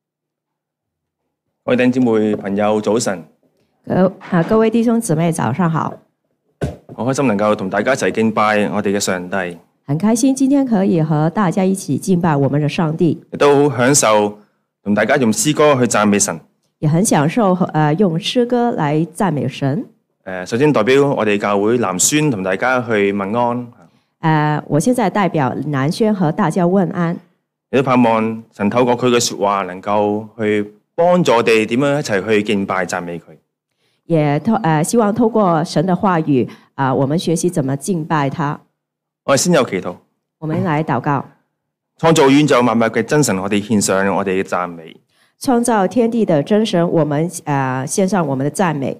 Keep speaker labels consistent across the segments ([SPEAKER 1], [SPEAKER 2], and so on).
[SPEAKER 1] 各位弟兄姊妹朋友早晨，
[SPEAKER 2] 各啊，各位弟兄姊妹，早上好！
[SPEAKER 1] 好開心能夠同大家一齊敬拜我哋嘅上帝，
[SPEAKER 2] 很开心今天可以和大家一起敬拜我们的上帝，
[SPEAKER 1] 亦都好享受同大家用詩歌去讚美神。
[SPEAKER 2] 也很享受和呃用诗歌来赞美神。
[SPEAKER 1] 诶、首先代表我哋教會南宣同大家去問安，
[SPEAKER 2] 呃，我现在代表南轩和大家问安，
[SPEAKER 1] 亦都盼望神透過佢嘅说話能夠去幫助我哋點樣一齊去敬拜讚美佢。
[SPEAKER 2] 也透呃希望透过神的话语啊、我们学习怎么敬拜他。
[SPEAKER 1] 我哋先有祈禱，
[SPEAKER 2] 我们来祷告，
[SPEAKER 1] 創造宇宙萬物嘅真神，我哋獻上我哋嘅讚美。
[SPEAKER 2] 创造天地的真神，我们呃献上我们的赞美。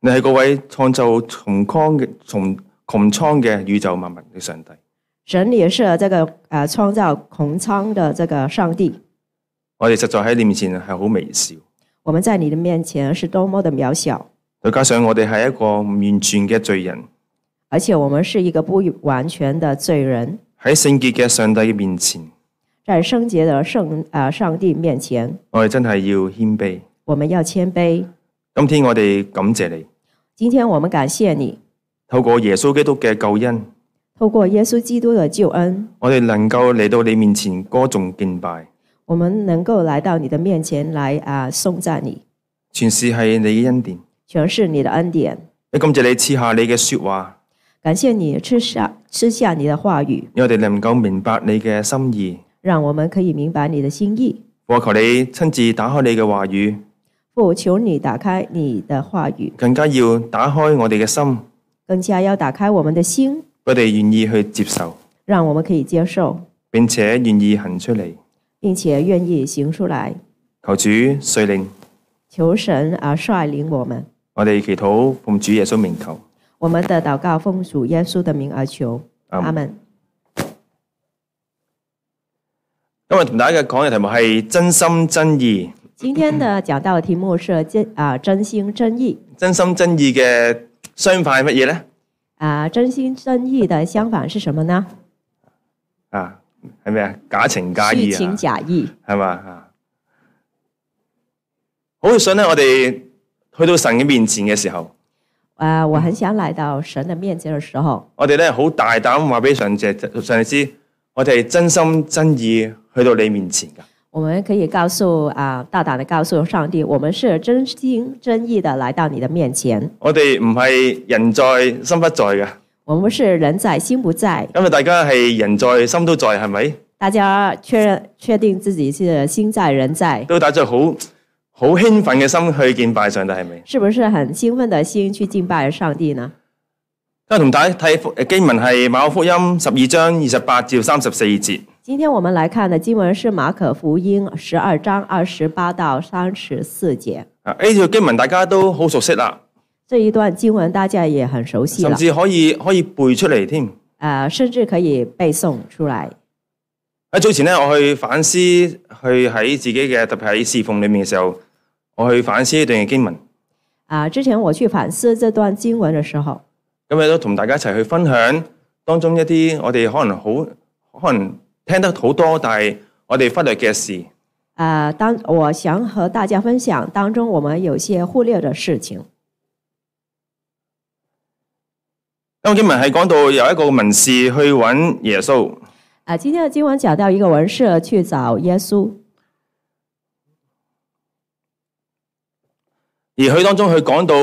[SPEAKER 1] 你係嗰位創造窮康嘅窮窮倉嘅宇宙萬物嘅上帝。
[SPEAKER 2] 神也是这个呃创造穹苍的这个上帝，
[SPEAKER 1] 我哋實在喺你面前係好微笑，
[SPEAKER 2] 我们在你的面前是多么的渺小。
[SPEAKER 1] 再加上我哋係一個唔完全嘅罪人，
[SPEAKER 2] 而且我们是一个不完全的罪人，
[SPEAKER 1] 喺聖潔嘅上帝嘅面前，
[SPEAKER 2] 在圣洁的圣呃上帝面前，
[SPEAKER 1] 我哋真係要謙卑。
[SPEAKER 2] 我们要谦卑。
[SPEAKER 1] 今天我哋感謝你，
[SPEAKER 2] 今天我们感谢你，
[SPEAKER 1] 透過耶穌基督嘅救恩，
[SPEAKER 2] 透过耶稣基督的救恩，
[SPEAKER 1] 我哋能夠嚟到你面前歌頌敬拜，
[SPEAKER 2] 我们能够来到你的面前来啊、颂赞你，
[SPEAKER 1] 全是係你嘅恩典。
[SPEAKER 2] 全是你的恩典。
[SPEAKER 1] 你感謝你賜下你嘅说話，
[SPEAKER 2] 感谢你吃下吃下你的话语，
[SPEAKER 1] 讓我哋能夠明白你嘅心意。
[SPEAKER 2] 让我们可以明白你的心意。
[SPEAKER 1] 我求你親自打開你嘅話語，
[SPEAKER 2] 父，求你打开你的话语，
[SPEAKER 1] 更加要打開我哋嘅心，
[SPEAKER 2] 更加要打开我们的心，
[SPEAKER 1] 我哋願意去接受，
[SPEAKER 2] 让我们可以接受，
[SPEAKER 1] 並且願意行出嚟。
[SPEAKER 2] 并且愿意行出来。
[SPEAKER 1] 求主率領。
[SPEAKER 2] 求神啊、率领我们。
[SPEAKER 1] 我哋祈禱奉主耶穌名求。
[SPEAKER 2] 我们的祷告奉主耶稣的名而求，
[SPEAKER 1] 阿
[SPEAKER 2] 阿
[SPEAKER 1] 門
[SPEAKER 2] 门。
[SPEAKER 1] 今日同大家嘅講嘅題目係真心真意。
[SPEAKER 2] 今天的讲道题目是真啊真心真意
[SPEAKER 1] 真心真意嘅相反係乜嘢呢？
[SPEAKER 2] 啊真心真意的相反是什么呢？
[SPEAKER 1] 啊，係咩啊？假情假
[SPEAKER 2] 虚
[SPEAKER 1] 意
[SPEAKER 2] 情
[SPEAKER 1] 啊，
[SPEAKER 2] 假意。
[SPEAKER 1] 係嘛啊？好想咧，我哋去到神嘅面前嘅時候，
[SPEAKER 2] 啊，我很想来到神的面前的时候，
[SPEAKER 1] 我哋咧好大膽話俾上帝上帝知，我哋係真心真意去到你面前㗎。
[SPEAKER 2] 我们可以告诉啊，大胆的告诉上帝，我们是真心真意的来到你的面前。
[SPEAKER 1] 我哋唔係人在心不在㗎，
[SPEAKER 2] 我们是人在心不在，
[SPEAKER 1] 因為大家係人在心都在，係咪？
[SPEAKER 2] 大家确认确定自己是心在人在，
[SPEAKER 1] 都打咗好好興奮嘅心去敬拜上帝，係咪？
[SPEAKER 2] 是不是很兴奋的心去敬拜上帝呢？
[SPEAKER 1] 今日同大家睇福經文係馬可福音十二章二十八至三十四節。
[SPEAKER 2] 今天我们来看的经文是马可福音十二章二十八到三十四节。
[SPEAKER 1] 啊，呢條經文大家都好熟悉啦，
[SPEAKER 2] 这一段经文大家也很熟悉
[SPEAKER 1] 甚
[SPEAKER 2] 了，
[SPEAKER 1] 至可以可以背出嚟添。
[SPEAKER 2] 呃，甚至可以背诵出来。
[SPEAKER 1] 喺早前咧，我去反思，去喺自己嘅特別喺侍奉裏面嘅時候，我去反思呢段嘅經文。
[SPEAKER 2] 啊、之前我去反思这段经文的时候，
[SPEAKER 1] 咁亦都同大家一齊去分享當中一啲我哋可能好可能聽得好多，但係我哋忽略嘅事。
[SPEAKER 2] 啊、当我想和大家分享当中我们有些忽略的事情。
[SPEAKER 1] 今日經文係講到有一個文士去揾耶穌。
[SPEAKER 2] 啊、今天的经文讲到一个文士去找耶稣，
[SPEAKER 1] 而佢當中佢講到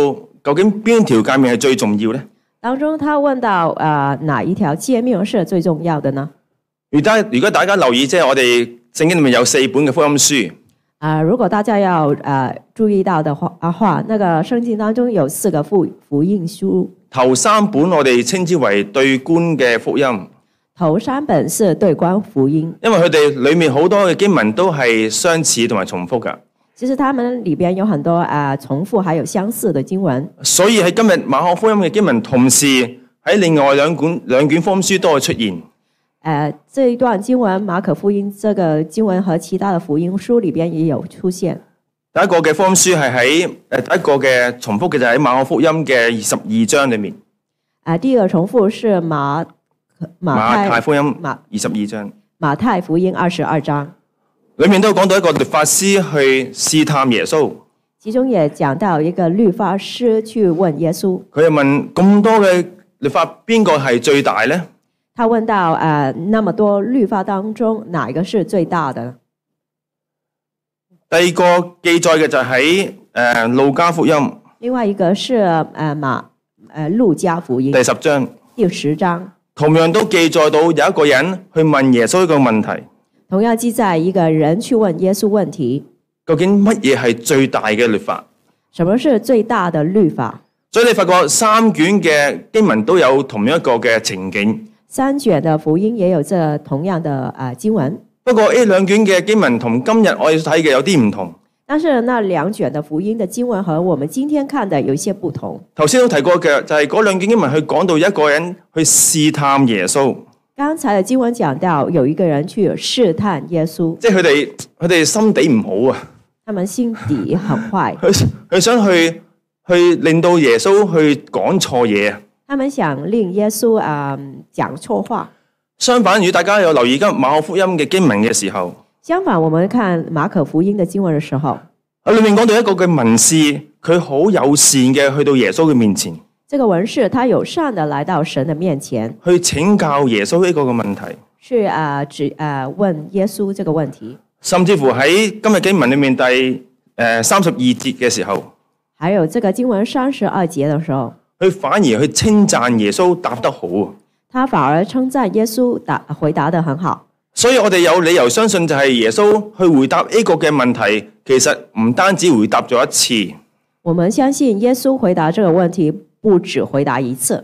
[SPEAKER 1] 究竟邊條界面係最重要呢？
[SPEAKER 2] 当中他问到啊、哪一条诫命是最重要的呢？
[SPEAKER 1] 如果大如果大家留意，即係我哋聖經裏面有四本嘅福音書，
[SPEAKER 2] 啊、如果大家要呃注意到的话啊话，那个圣经当中有四个福福音书，
[SPEAKER 1] 頭三本我哋稱之為對觀嘅福音，
[SPEAKER 2] 头三本是对观福音。
[SPEAKER 1] 因為佢哋裡面好多嘅經文都係相似同埋重複噶。
[SPEAKER 2] 其实他们里边有很多啊、重复，还有相似的经文，
[SPEAKER 1] 所以喺今日馬可福音嘅經文，同時喺另外兩卷兩卷福音書都會出現。
[SPEAKER 2] 呃，这一段经文马可福音这个经文和其他的福音书里边也有出现。
[SPEAKER 1] 第一個嘅福音書係喺誒第一個嘅重複嘅就喺馬可福音嘅二十二章裏面，
[SPEAKER 2] 啊、第一个重复是马马
[SPEAKER 1] 馬太
[SPEAKER 2] 太
[SPEAKER 1] 福音
[SPEAKER 2] 马
[SPEAKER 1] 二十二章。
[SPEAKER 2] 马太福音二十二章，
[SPEAKER 1] 裏面都有講到一個律法師去試探耶穌，
[SPEAKER 2] 其中也讲到一个律法师去问耶稣，
[SPEAKER 1] 佢又問咁多嘅律法邊個係最大呢？
[SPEAKER 2] 他问到：呃，那么多律法当中，哪一个是最大的呢？
[SPEAKER 1] 第二個記載嘅就喺誒、呃路加福音
[SPEAKER 2] 另外一个是呃马呃路加福音
[SPEAKER 1] 第十章，
[SPEAKER 2] 第十章，
[SPEAKER 1] 同樣都記載到有一個人去問耶穌一個問題：
[SPEAKER 2] 同样记载一个人去问耶稣问题：
[SPEAKER 1] 究竟乜嘢係最大嘅律法？
[SPEAKER 2] 什么是最大的律法？
[SPEAKER 1] 所以你發覺三卷嘅經文都有同樣一個嘅情景，
[SPEAKER 2] 三卷的福音也有这同样的呃经文，
[SPEAKER 1] 不過呢兩卷嘅經文同今日我哋睇嘅有啲唔同。
[SPEAKER 2] 但是那两卷的福音的经文和我们今天看的有一些不同。
[SPEAKER 1] 頭先都提過嘅就係嗰兩卷經文去講到一個人去試探耶穌，
[SPEAKER 2] 刚才的经文讲到，有一个人去试探耶稣，
[SPEAKER 1] 即係佢哋佢哋心地唔好啊，
[SPEAKER 2] 他们心底很坏，
[SPEAKER 1] 佢佢想去去令到耶穌去講錯嘢。
[SPEAKER 2] 他们想令耶稣啊、嗯讲错话。
[SPEAKER 1] 相反，如果大家有留意今日馬可福音嘅經文嘅時候，
[SPEAKER 2] 相反，我们看马可福音的经文的时候，
[SPEAKER 1] 喺裏面講到一個嘅文士，佢好友善嘅去到耶穌嘅面前，
[SPEAKER 2] 这个文士他友善的来到神的面前，
[SPEAKER 1] 去請教耶穌呢個嘅問題。
[SPEAKER 2] 去啊、呃指啊、呃问耶稣这个问题。
[SPEAKER 1] 甚至乎喺今日經文裏面第誒三十二節嘅時候，
[SPEAKER 2] 还有这个经文三十二节的时候，
[SPEAKER 1] 佢反而去稱讚耶穌答得好啊！
[SPEAKER 2] 他反而称赞耶稣答回答得很好。
[SPEAKER 1] 所以我哋有理由相信就係耶穌去回答呢個嘅問題，其實唔單止回答咗一次，
[SPEAKER 2] 我们相信耶稣回答这个问题不止回答一次，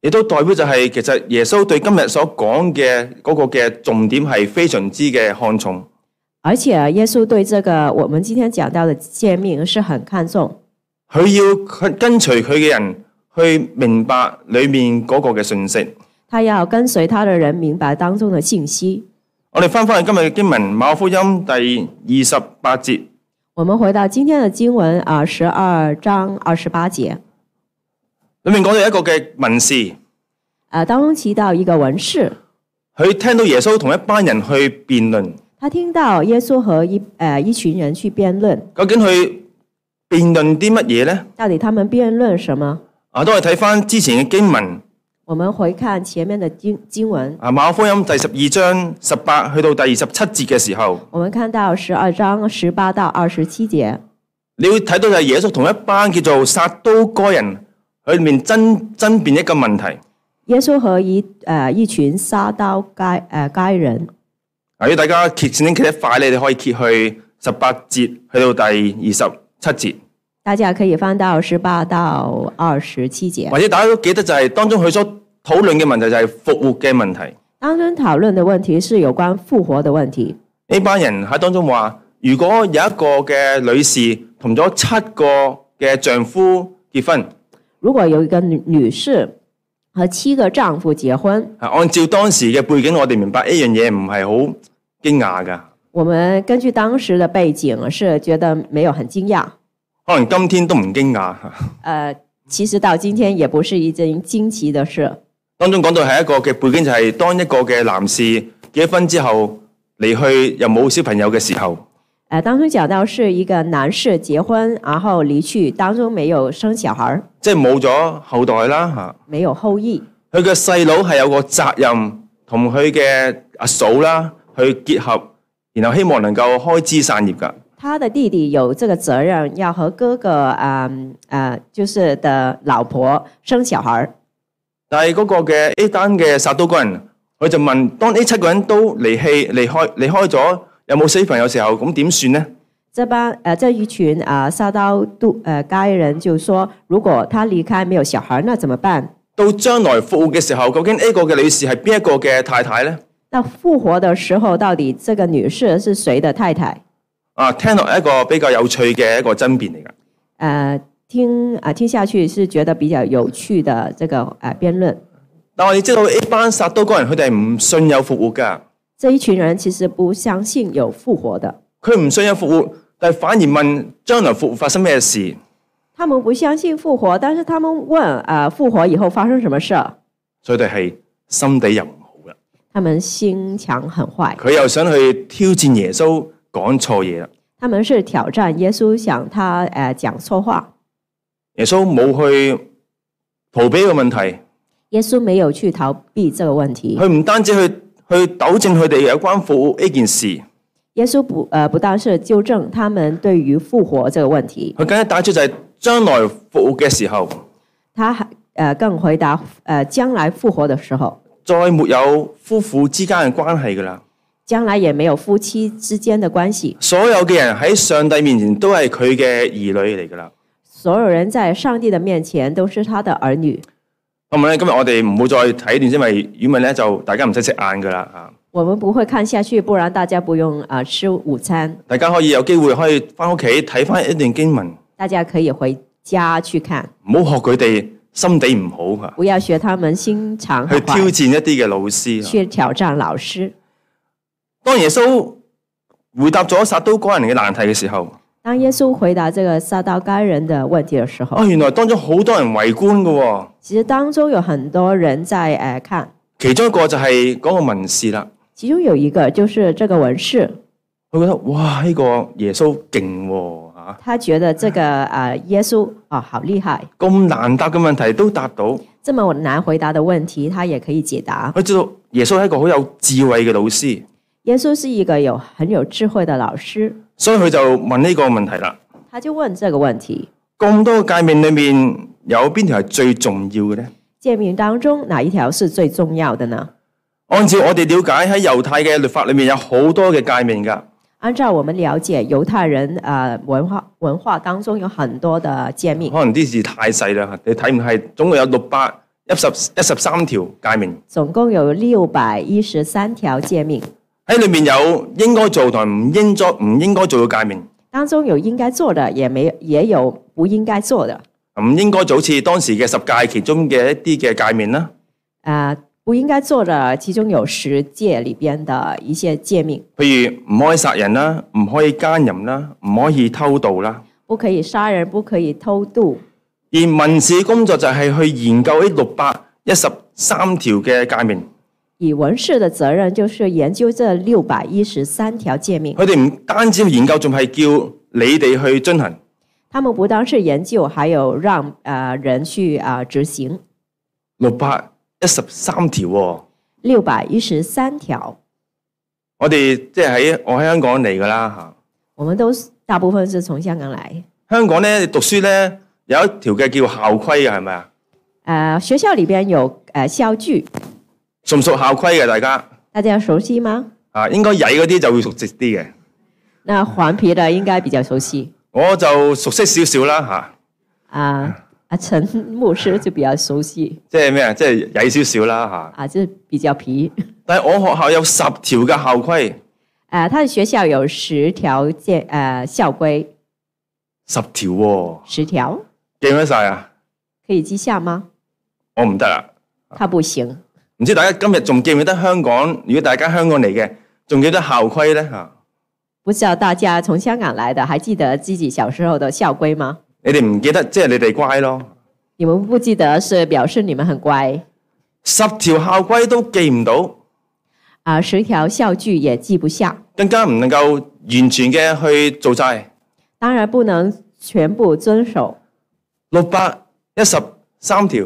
[SPEAKER 1] 亦都代表就係其實耶穌對今日所講嘅嗰個嘅重點係非常之嘅看重。
[SPEAKER 2] 而且耶稣对这个我们今天讲到的诫命是很看重，
[SPEAKER 1] 佢要佢跟隨佢嘅人去明白裏面嗰個嘅信息。
[SPEAKER 2] 他要跟随他的人明白当中的信息。
[SPEAKER 1] 我哋翻返去今日嘅經文《馬可福音》第二十八節，
[SPEAKER 2] 我们回到今天的经文啊，十二章二十八节，
[SPEAKER 1] 裏面講到一個嘅文士，
[SPEAKER 2] 啊，当中提到一个文士，
[SPEAKER 1] 佢聽到耶穌同一班人去辯論，
[SPEAKER 2] 他听到耶稣和一呃一群人去辩论，
[SPEAKER 1] 究竟佢辯論啲乜嘢呢？
[SPEAKER 2] 到底他们辩论什么？
[SPEAKER 1] 啊，當我哋睇翻之前嘅經文，
[SPEAKER 2] 我们回看前面的经经文，
[SPEAKER 1] 啊《馬可福音》第十二章十八去到第二十七節嘅時候，
[SPEAKER 2] 我们看到十二章十八到二十七节，
[SPEAKER 1] 你會睇到就係耶穌同一班叫做撒都該人，佢裏面爭爭辯一個問題。
[SPEAKER 2] 耶稣和一呃一群撒刀该呃该人，
[SPEAKER 1] 啊！如果大家揭聖經揭得快咧，你哋可以揭去十八節去到第二十七
[SPEAKER 2] 大家可以翻到十八到二十七节
[SPEAKER 1] 節，。或者大家都記得就係當中佢所討論嘅問題就係復活嘅問題。
[SPEAKER 2] 当中讨论的问题是有關复活的问题。
[SPEAKER 1] 呢班人喺當中話：如果有一個嘅女士同咗七個嘅丈夫結婚，
[SPEAKER 2] 如果有一个女女士和七个丈夫结婚，
[SPEAKER 1] 啊，按照當時嘅背景，我哋明白一樣嘢唔係好驚訝㗎。
[SPEAKER 2] 我们根据当时的背景是觉得没有很惊讶，
[SPEAKER 1] 可能今天都唔驚訝。
[SPEAKER 2] 呃，其实到今天也不是一件惊奇的事。
[SPEAKER 1] 當中講到係一個嘅背景就係、當一個嘅男士結咗婚之後離去又冇小朋友嘅時候。
[SPEAKER 2] 呃，当中讲到是一个男士结婚，然后离去，当中没有生小孩儿，
[SPEAKER 1] 即係冇咗後代啦
[SPEAKER 2] 没有后裔。
[SPEAKER 1] 嚇。佢嘅細佬係有個責任同佢嘅阿嫂啦去結合，然後希望能夠開枝散葉㗎。
[SPEAKER 2] 他的弟弟有这个责任，要和哥哥啊呃就是的老婆生小孩儿。
[SPEAKER 1] 但係嗰個嘅 A 單嘅殺刀嗰人，佢就問：當呢七個人都離棄離開離開咗，有冇小朋友時候，咁點算呢？
[SPEAKER 2] 这帮呃这一群啊、呃、撒刀杜呃该人就说，如果他离开没有小孩，那怎么办？
[SPEAKER 1] 到將來復活嘅時候，究竟呢個嘅女士係邊一個嘅太太呢？
[SPEAKER 2] 那复活的时候，到底这个女士是谁的太太？
[SPEAKER 1] 啊，聽落係一個比較有趣嘅一個爭辯嚟㗎。
[SPEAKER 2] 呃，听啊、呃听下去是觉得比较有趣的这个呃辩论。
[SPEAKER 1] 但我哋知道 A 班殺刀嗰人，佢哋係唔信有復活㗎。
[SPEAKER 2] 这一群人其实不相信有复活的，
[SPEAKER 1] 佢唔信有復活，但係反而問將來復活發生咩事。
[SPEAKER 2] 他们不相信复活，但是他们问啊、呃复活以后发生什么事儿？
[SPEAKER 1] 所以佢哋係心地又唔好嘅。
[SPEAKER 2] 他们心肠很坏，
[SPEAKER 1] 佢又想去挑戰耶穌講錯嘢啦。
[SPEAKER 2] 他们是挑战耶稣，想他呃讲错话。
[SPEAKER 1] 耶穌冇去逃避呢個問題，
[SPEAKER 2] 耶稣没有去逃避这个问题，
[SPEAKER 1] 佢唔單止去去糾正佢哋有關父呢件事，
[SPEAKER 2] 耶稣不呃不但是纠正他们对于复活这个问题，
[SPEAKER 1] 佢更加帶出就係將來復活嘅時候，
[SPEAKER 2] 他还呃更回答呃将来复活的时候，
[SPEAKER 1] 再沒有夫婦之間嘅關係噶啦。
[SPEAKER 2] 将来也没有夫妻之间的关系，
[SPEAKER 1] 所有嘅人喺上帝面前都係佢嘅兒女嚟噶啦。
[SPEAKER 2] 所有人在上帝的面前都是他的儿女。
[SPEAKER 1] 咁咪咧，今日我哋唔好再睇段，因為語文咧就大家唔使食晏噶啦嚇，
[SPEAKER 2] 我们不会看下去，不然大家不用啊、呃吃午餐，
[SPEAKER 1] 大家可以有機會可以翻屋企睇翻一段經文，
[SPEAKER 2] 大家可以回家去看，
[SPEAKER 1] 唔好學佢哋心地唔好嚇，
[SPEAKER 2] 不要學他们心肠
[SPEAKER 1] 去
[SPEAKER 2] 很
[SPEAKER 1] 挑
[SPEAKER 2] 坏，
[SPEAKER 1] 戰一啲嘅老師。嚇
[SPEAKER 2] 去挑战老师。
[SPEAKER 1] 當耶穌回答咗撒都該人嘅難題嘅時候，
[SPEAKER 2] 当耶稣回答这个撒道该人的问题的时候，
[SPEAKER 1] 啊，原來當中好多人圍觀嘅喎，
[SPEAKER 2] 其实当中有很多人在呃看，
[SPEAKER 1] 其中一個就係嗰個文士啦，
[SPEAKER 2] 其中有一个就是这个文士，
[SPEAKER 1] 佢覺得哇呢、個耶穌勁喎嚇，
[SPEAKER 2] 他觉得这个呃耶稣啊、好厉害，
[SPEAKER 1] 咁難答嘅問題都答到，
[SPEAKER 2] 这么难回答的问题他也可以解答。
[SPEAKER 1] 佢知道耶穌係一個好有智慧嘅老師，
[SPEAKER 2] 耶稣是一个有很有智慧的老师，
[SPEAKER 1] 所以佢就問呢個問題啦。
[SPEAKER 2] 他就问这个问题：
[SPEAKER 1] 咁多界面裏面有邊條係最重要嘅呢？
[SPEAKER 2] 诫命当中哪一条是最重要的呢？
[SPEAKER 1] 按照我哋了解喺猶太嘅律法裏面有好多嘅界面㗎，
[SPEAKER 2] 按照我们了解，犹太人呃文化文化当中有很多的诫命，
[SPEAKER 1] 可能啲字太細啦，你睇唔係總共有六百一十一十三條界面
[SPEAKER 2] 总共有六百一十三条诫命，
[SPEAKER 1] 喺裏面有應該做同埋唔應作唔應該做嘅界面。
[SPEAKER 2] 当中有应该做的，也没也有不應该做的。
[SPEAKER 1] 唔應該就好似當時嘅十戒其中嘅一啲嘅界面啦，
[SPEAKER 2] 啊，不应该做的，其中有十诫里边的一些诫命，
[SPEAKER 1] 譬如唔可以殺人啦，唔可以奸淫啦，唔可以偷盜啦。
[SPEAKER 2] 不可以杀人，不可以偷渡。
[SPEAKER 1] 而文字工作就係去研究呢六百一十三條嘅界面。
[SPEAKER 2] 以文士的责任就是研究这六百一十三条诫命，
[SPEAKER 1] 佢哋唔單止去研究，仲係叫你哋去遵行。
[SPEAKER 2] 他们不单是研究，还有让呃人去啊、呃执行
[SPEAKER 1] 六百一十三條喎，
[SPEAKER 2] 六百一十三条。
[SPEAKER 1] 我哋即係喺我喺香港嚟㗎啦
[SPEAKER 2] 我们都是大部分是从香港来，
[SPEAKER 1] 嚇。香港咧，你讀書咧有一條嘅叫校規嘅係咪啊？
[SPEAKER 2] 呃，学校里边有呃校具，
[SPEAKER 1] 熟唔熟校規嘅大家
[SPEAKER 2] 大家熟悉吗？
[SPEAKER 1] 啊？應該曳嗰啲就會熟悉啲嘅，
[SPEAKER 2] 那黄皮的应该比较熟悉
[SPEAKER 1] 我就熟悉少少啦嚇。
[SPEAKER 2] 啊、啊，陈牧师就比较熟悉
[SPEAKER 1] 即係咩啊？即係曳少少啦嚇。
[SPEAKER 2] 啊，就是比较皮。
[SPEAKER 1] 但係我學校有十條嘅校規，
[SPEAKER 2] 啊，他的学校有十条建呃校规，
[SPEAKER 1] 十條喎，
[SPEAKER 2] 十条
[SPEAKER 1] 記唔記得晒啊？
[SPEAKER 2] 可以记下吗？
[SPEAKER 1] 我哦唔得啦。
[SPEAKER 2] 他不行。
[SPEAKER 1] 唔知大家今日仲記唔記得香港？如果大家香港嚟嘅，仲記得校規咧嚇？
[SPEAKER 2] 不知道大家从香港来的，还记得自己小时候的校规吗？
[SPEAKER 1] 你哋唔記得，即係你哋乖咯。
[SPEAKER 2] 你们不记得是表示你们很乖
[SPEAKER 1] 十條校規都記唔到，
[SPEAKER 2] 啊，十条校具也记不下。
[SPEAKER 1] 更加唔能夠完全嘅去做晒。
[SPEAKER 2] 当然不能全部遵守
[SPEAKER 1] 六百一十三條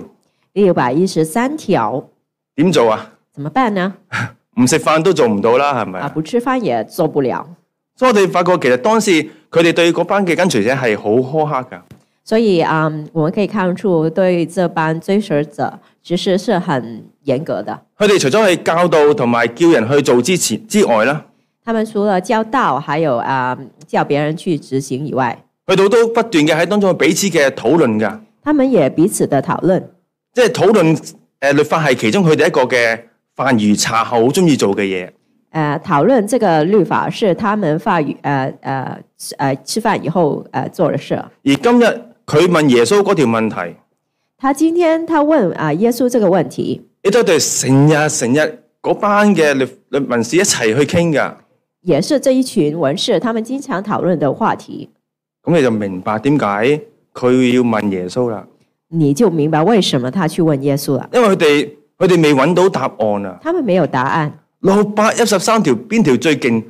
[SPEAKER 2] 六百一十三条，
[SPEAKER 1] 點做啊？
[SPEAKER 2] 怎么办呢？
[SPEAKER 1] 唔食飯都做唔到啦，係咪
[SPEAKER 2] 啊，
[SPEAKER 1] 啊？
[SPEAKER 2] 不吃饭也做不了。
[SPEAKER 1] 所以我哋發覺其實當時佢哋對嗰班嘅跟隨者係好苛刻㗎。
[SPEAKER 2] 所以啊、嗯我们可以看出对这班追随者其实是很严格的。
[SPEAKER 1] 佢哋除咗去教導同埋叫人去做之前之外啦，
[SPEAKER 2] 他们除了教导，还有啊、嗯叫别人去执行以外，
[SPEAKER 1] 佢哋都不斷嘅喺當中彼此嘅討論㗎。
[SPEAKER 2] 他们也彼此的讨论。
[SPEAKER 1] 即係討論誒律法係其中佢哋一個嘅飯餘茶後好中意做嘅嘢。
[SPEAKER 2] 呃，讨论这个律法是他们发语呃呃吃呃吃饭以后呃做的事。
[SPEAKER 1] 而今日佢問耶穌嗰條問題，
[SPEAKER 2] 他今天他問啊、耶穌这个问题，
[SPEAKER 1] 亦都哋成日成日嗰班嘅律律文士一齊去傾㗎。
[SPEAKER 2] 也是这一群文士他们经常讨论的话题，
[SPEAKER 1] 咁你就明白點解佢要問耶穌啦，
[SPEAKER 2] 你就明白为什么他去问耶稣了，
[SPEAKER 1] 因為佢哋佢哋未揾到答案啊。
[SPEAKER 2] 他们没有答案。
[SPEAKER 1] 六百一十三條邊條最勁，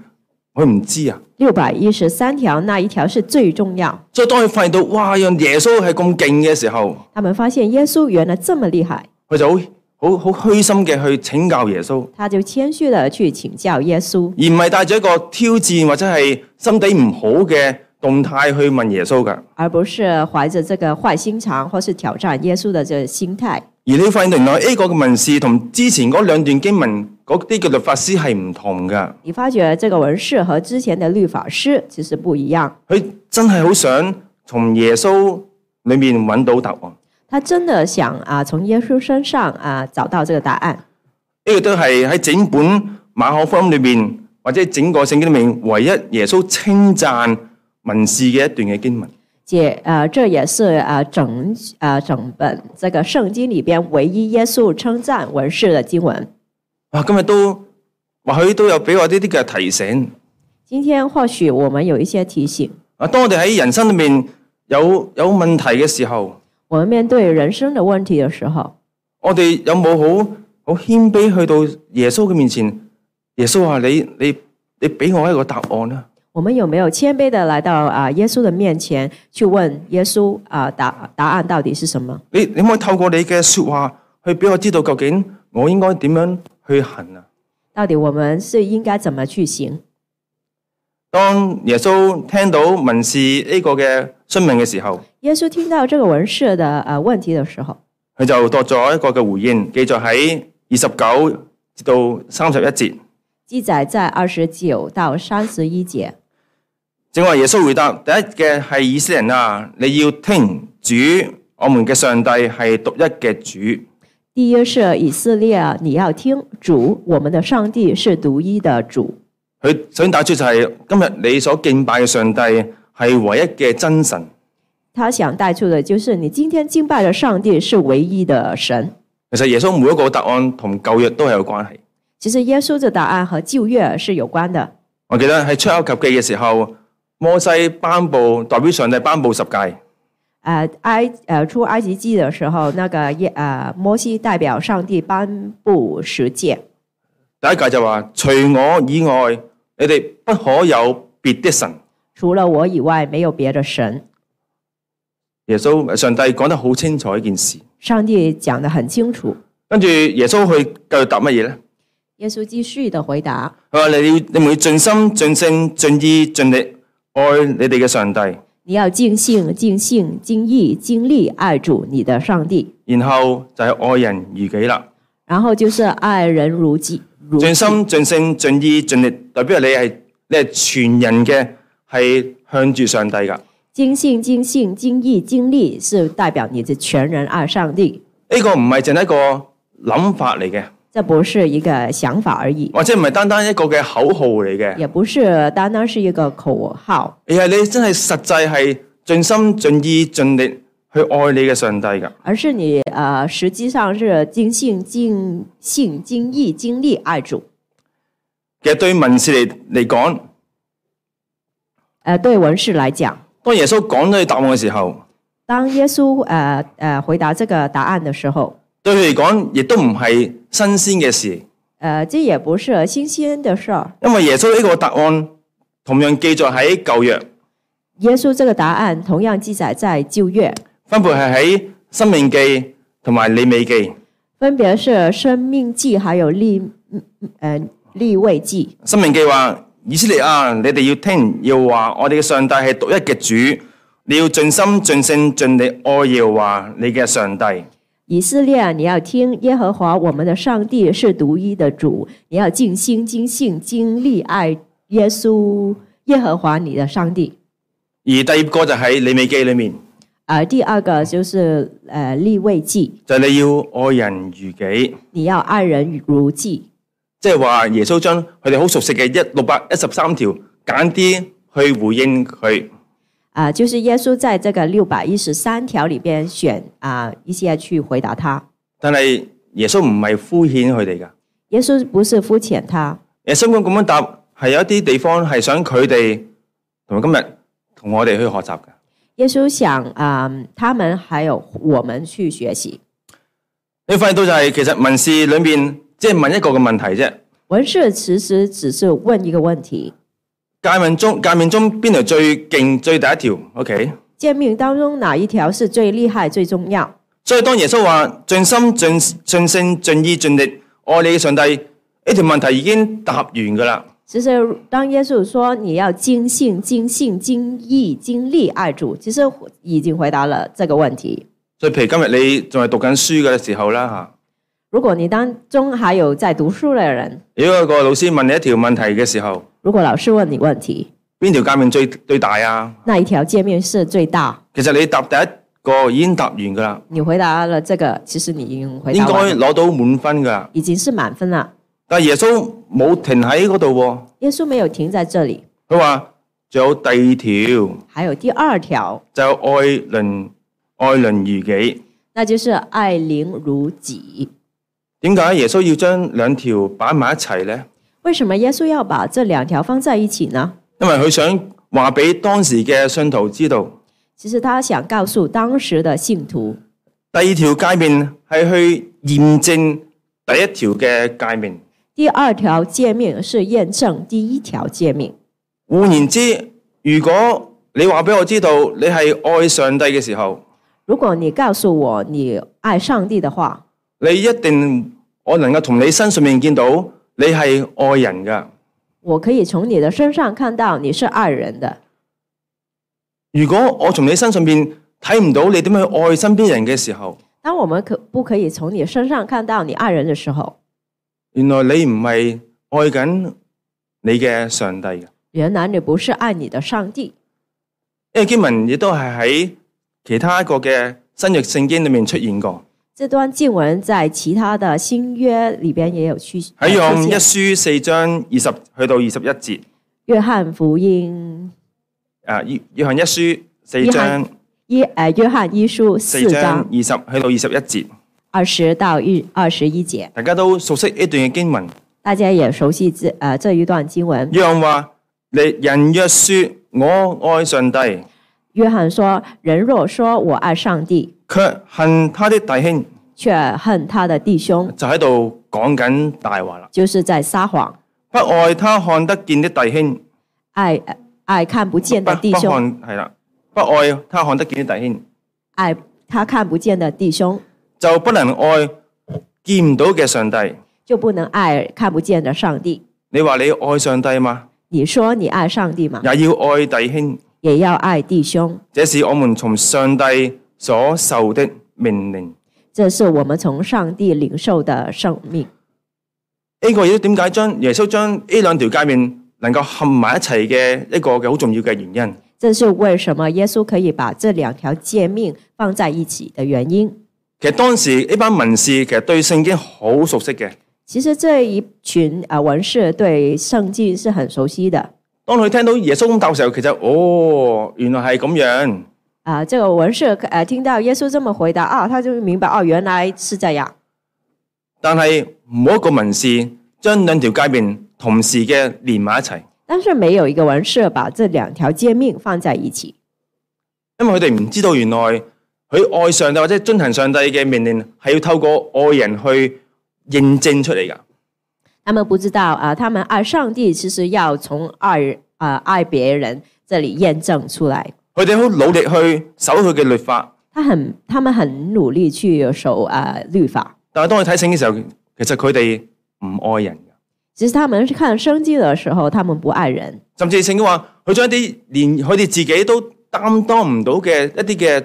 [SPEAKER 1] 佢唔知啊。
[SPEAKER 2] 六百一十三条那一条是最重要。
[SPEAKER 1] 所以當佢發現到哇，讓耶穌係咁勁嘅時候，
[SPEAKER 2] 他们发现耶稣原来这么厉害，
[SPEAKER 1] 佢就好好好虛心嘅去請教耶穌，
[SPEAKER 2] 他就谦虚的去请教耶稣，
[SPEAKER 1] 而唔係帶住一個挑戰或者係心底唔好嘅動態去問耶穌㗎。
[SPEAKER 2] 而不是怀着这个坏心肠或是挑戰耶穌的这心態。
[SPEAKER 1] 而你發現原來 A 個嘅文士同之前嗰兩段經文嗰啲嘅律法師係唔同㗎。
[SPEAKER 2] 你发觉这个文士和之前的律法师其实不一样，
[SPEAKER 1] 佢真係好想從耶穌裏面揾到答案。
[SPEAKER 2] 他真的想啊从耶穌身上啊找到这个答案。
[SPEAKER 1] 呢個都係喺整本馬可福音裏面，或者整個聖經裏面唯一耶穌稱讚文士嘅一段嘅經文。
[SPEAKER 2] 这呃，这也是呃整呃整本这个圣经里边唯一耶稣称赞文士的经文。
[SPEAKER 1] 哇！今日都或許都有俾我呢啲嘅提醒。
[SPEAKER 2] 今天或许我们有一些提醒，
[SPEAKER 1] 啊，當我哋喺人生裏面有有問題嘅時候，
[SPEAKER 2] 我们面对人生的问题的时候，
[SPEAKER 1] 我哋有冇好好謙卑去到耶穌嘅面前？耶穌話：你你你俾我一個答案啊啦！
[SPEAKER 2] 我们有没有谦卑的来到啊、耶稣的面前去问耶稣啊、答答案到底是什么？
[SPEAKER 1] 你你可唔可以透過你嘅説話去俾我知道究竟我應該點樣去行啊？
[SPEAKER 2] 到底我们是应该怎么去行？
[SPEAKER 1] 當耶穌聽到文士呢個嘅詢問嘅時候，
[SPEAKER 2] 耶稣听到这个文士的呃问题的时候，
[SPEAKER 1] 佢就作咗一個嘅回應，記載喺二十九至到三十一節。
[SPEAKER 2] 记载在二十九到三十一节。
[SPEAKER 1] 正話耶穌回答第一嘅係以色列人啊，你要聽主我們嘅上帝係獨一嘅主。
[SPEAKER 2] 第一是以色列，啊你要听主，我们的上帝是独一的主。
[SPEAKER 1] 佢首先打出就係、今日你所敬拜嘅上帝係唯一嘅真神。
[SPEAKER 2] 他想带出的就是你今天敬拜的上帝是唯一的神。
[SPEAKER 1] 其實耶穌每一個答案同舊約都係有關係。
[SPEAKER 2] 其实耶稣的答案和旧约是有关的。
[SPEAKER 1] 我記得喺出埃及記嘅時候，摩西頒布代表上帝頒布十戒。
[SPEAKER 2] 呃，埃呃出埃及记的时候，那个耶呃摩西代表上帝颁布十诫，
[SPEAKER 1] 第一戒就話：除我以外，你哋不可有別的神。
[SPEAKER 2] 除了我以外没有别的神。
[SPEAKER 1] 耶穌上帝講得好清楚一件事。
[SPEAKER 2] 上帝讲得很清楚。
[SPEAKER 1] 跟住耶穌去繼續答乜嘢咧？
[SPEAKER 2] 耶稣继续的回答：
[SPEAKER 1] 佢話：你要你們要盡心、盡性、盡意、盡力愛你哋嘅上帝，
[SPEAKER 2] 你要尽性、尽性、尽意、尽力爱主你的上帝，
[SPEAKER 1] 然後就係愛人如己啦。
[SPEAKER 2] 然后就是爱人如己。如己
[SPEAKER 1] 盡心、盡性、盡意、盡力，代表你係你係全人嘅，係向住上帝㗎。呢、
[SPEAKER 2] 尽性、尽性、尽意、尽力是代表你的全人爱上帝，
[SPEAKER 1] 個唔係淨係一個諗法嚟嘅，
[SPEAKER 2] 这不是一个想法而已，
[SPEAKER 1] 或者唔係單單一個嘅口號嚟嘅。
[SPEAKER 2] 也不是单单是一个口号。
[SPEAKER 1] 而係你真係實際係盡心盡意盡力去愛你嘅上帝㗎。
[SPEAKER 2] 而是你呃，实际上是尽性、尽性、尽意、尽力爱主。
[SPEAKER 1] 其實對文士嚟嚟講，
[SPEAKER 2] 呃，对文士来讲，
[SPEAKER 1] 當耶穌講咗佢答案嘅時候，
[SPEAKER 2] 当耶稣呃呃回答这个答案的时候，
[SPEAKER 1] 對佢嚟講亦都唔係新鮮嘅事，
[SPEAKER 2] 呃，这也不是新鲜的事儿。
[SPEAKER 1] 因為耶穌呢個答案同樣記載喺舊約，
[SPEAKER 2] 耶稣这个答案同样记载在旧约，
[SPEAKER 1] 分別係喺《生命記》同埋《利未記》。
[SPEAKER 2] 分别是《生命记》还有立嗯嗯呃立位记。
[SPEAKER 1] 《生命記》話：以色列啊，你哋要聽，要話我哋嘅上帝係獨一嘅主，你要盡心盡性盡力愛耶和華你嘅上帝。
[SPEAKER 2] 以色列，啊你要听耶和华我们的上帝是独一的主，你要尽心、尽性、尽力爱耶稣耶和华你的上帝。
[SPEAKER 1] 而第二個就喺《利未記》裏面。
[SPEAKER 2] 而啊第二个就是呃立位记，
[SPEAKER 1] 就係你要愛人如己，
[SPEAKER 2] 你要爱人如己，
[SPEAKER 1] 即係話耶穌將佢哋好熟悉嘅一六百一十三條揀啲去回應佢。
[SPEAKER 2] 啊、就是耶稣在这个六百一十三条里边选啊、一些去回答他。
[SPEAKER 1] 但係耶穌唔係敷衍佢哋㗎。
[SPEAKER 2] 耶稣不是肤浅他，
[SPEAKER 1] 耶穌咁咁樣答係有一啲地方係想佢哋同埋今日同我哋去學習㗎。
[SPEAKER 2] 耶稣想啊、他们还有我们去学习。
[SPEAKER 1] 你發現到就係、其實民事裏面即係問一個嘅問題啫。
[SPEAKER 2] 文士其实只是问一个问题：
[SPEAKER 1] 界面中界面中邊條最勁最第一條？OK。
[SPEAKER 2] 诫命当中哪一条是最厉害、最重要？
[SPEAKER 1] 所以當耶穌話盡心、盡盡性、盡意、盡力愛你嘅上帝，呢條問題已經答完㗎啦。
[SPEAKER 2] 其实，当耶稣说你要精信、精信、精意、精力爱主，其实已经回答了这个問題。
[SPEAKER 1] 所以譬如今日你仲係讀緊書嘅時候啦嚇。
[SPEAKER 2] 如果你当中还有在读书的人，
[SPEAKER 1] 如果有個老師問你一條問題嘅時候，
[SPEAKER 2] 如果老师问你问题，
[SPEAKER 1] 邊條界面最最大啊？
[SPEAKER 2] 那一条界面是最大，
[SPEAKER 1] 其實你答第一個已經答完㗎啦，
[SPEAKER 2] 你回答了这个，其实你已经回
[SPEAKER 1] 應
[SPEAKER 2] 答
[SPEAKER 1] 該
[SPEAKER 2] 完了，
[SPEAKER 1] 攞到滿分㗎啦。
[SPEAKER 2] 已经是满分了。
[SPEAKER 1] 但係耶穌冇停喺嗰度喎，
[SPEAKER 2] 耶稣没有停在这里，
[SPEAKER 1] 佢話仲有第二條
[SPEAKER 2] 还有第二条，
[SPEAKER 1] 就係愛鄰愛鄰如己。
[SPEAKER 2] 那就是爱邻如己。
[SPEAKER 1] 點解耶穌要將兩條擺埋一齊呢？
[SPEAKER 2] 为什么耶稣要把这两条放在一起呢？
[SPEAKER 1] 因為佢想話俾當時嘅信徒知道，
[SPEAKER 2] 其实他想告诉当时的信徒，
[SPEAKER 1] 第二條界面係去驗證第一條嘅界面。
[SPEAKER 2] 第二条诫命是验证第一条诫命。
[SPEAKER 1] 換言之，如果你話俾我知道你係愛上帝嘅時候，
[SPEAKER 2] 如果你告诉我你爱上帝的话，
[SPEAKER 1] 你一定我能夠從你身上面見到你係愛人㗎。
[SPEAKER 2] 我可以从你的身上看到你是爱人的。
[SPEAKER 1] 如果我從你身上面睇唔到你點樣去愛身邊人嘅時候，
[SPEAKER 2] 当我们可不可以从你身上看到你爱人的时候，
[SPEAKER 1] 原來你唔係愛緊你嘅上帝嘅。
[SPEAKER 2] 原来你不是爱你的上帝。
[SPEAKER 1] 因為經文亦都係喺其他一個嘅新約聖經裏面出現過，
[SPEAKER 2] 这段经文在其他的新约里边也有去
[SPEAKER 1] 喺
[SPEAKER 2] 呃
[SPEAKER 1] 用
[SPEAKER 2] 出
[SPEAKER 1] 一
[SPEAKER 2] 现
[SPEAKER 1] 書四章二十去到二十一節，
[SPEAKER 2] 约翰福音
[SPEAKER 1] 啊，約約翰一書四
[SPEAKER 2] 約
[SPEAKER 1] 章
[SPEAKER 2] 翰一呃约翰一书
[SPEAKER 1] 四
[SPEAKER 2] 四
[SPEAKER 1] 章
[SPEAKER 2] 章
[SPEAKER 1] 二十去到二十一節，
[SPEAKER 2] 二十到一二十一节，
[SPEAKER 1] 大家都熟悉呢段嘅經文。
[SPEAKER 2] 大家也熟悉这呃这一段经文。
[SPEAKER 1] 約翰話：你人若說我愛上帝，
[SPEAKER 2] 约翰说：“人若说我爱上帝，
[SPEAKER 1] 卻恨他的弟兄，
[SPEAKER 2] 却恨他的弟兄，
[SPEAKER 1] 就喺度講緊大話啦。
[SPEAKER 2] 就是在撒谎；
[SPEAKER 1] 不愛他看得見的弟兄，
[SPEAKER 2] 爱呃爱看不见
[SPEAKER 1] 不
[SPEAKER 2] 的弟
[SPEAKER 1] 不
[SPEAKER 2] 兄，
[SPEAKER 1] 看係啦，不愛他看得見的弟兄。
[SPEAKER 2] 爱他看不见的弟兄，
[SPEAKER 1] 就不能愛見唔到嘅上帝。
[SPEAKER 2] 就不能爱看不见的上帝。
[SPEAKER 1] 你話你愛上帝嘛，
[SPEAKER 2] 你说你爱上帝嘛，
[SPEAKER 1] 也要愛弟兄，
[SPEAKER 2] 也要爱弟兄。
[SPEAKER 1] 這是我們從上帝所受的命令。
[SPEAKER 2] 这是我们从上帝领受的生命。
[SPEAKER 1] 呢、個亦都點解將耶穌將呢兩條界面能夠合埋一齊嘅一個嘅好重要嘅原因。
[SPEAKER 2] 这是为什么耶稣可以把这两条诫命放在一起的原因。
[SPEAKER 1] 其實當時呢班文士其實對聖經好熟悉嘅，
[SPEAKER 2] 其实这一群啊文士对圣经是很熟悉的
[SPEAKER 1] 當佢聽到耶穌咁答嘅時候，其實哦，原來係咁樣。
[SPEAKER 2] 啊。这个文士呃听到耶稣这么回答啊，他就明白哦，原来是这样。
[SPEAKER 1] 但係冇一個文士將兩條界面同時嘅連埋一齊，
[SPEAKER 2] 但是没有一个文士把这两条诫命放在一起，
[SPEAKER 1] 因為佢哋唔知道原來佢愛上帝或者遵行上帝嘅命令係要透過愛人去認證出嚟㗎。
[SPEAKER 2] 他们不知道啊，他们爱上帝其实要从爱啊爱别人这里验证出来。
[SPEAKER 1] 佢哋好努力去守佢嘅律法，
[SPEAKER 2] 他很，他们很努力去守啊、律法。
[SPEAKER 1] 但係當佢睇聖經嘅時候，其實佢哋唔愛人㗎。
[SPEAKER 2] 其实他们是看圣经的时候，他们不爱人，
[SPEAKER 1] 甚至聖經話佢將一啲連佢哋自己都擔當唔到嘅一啲嘅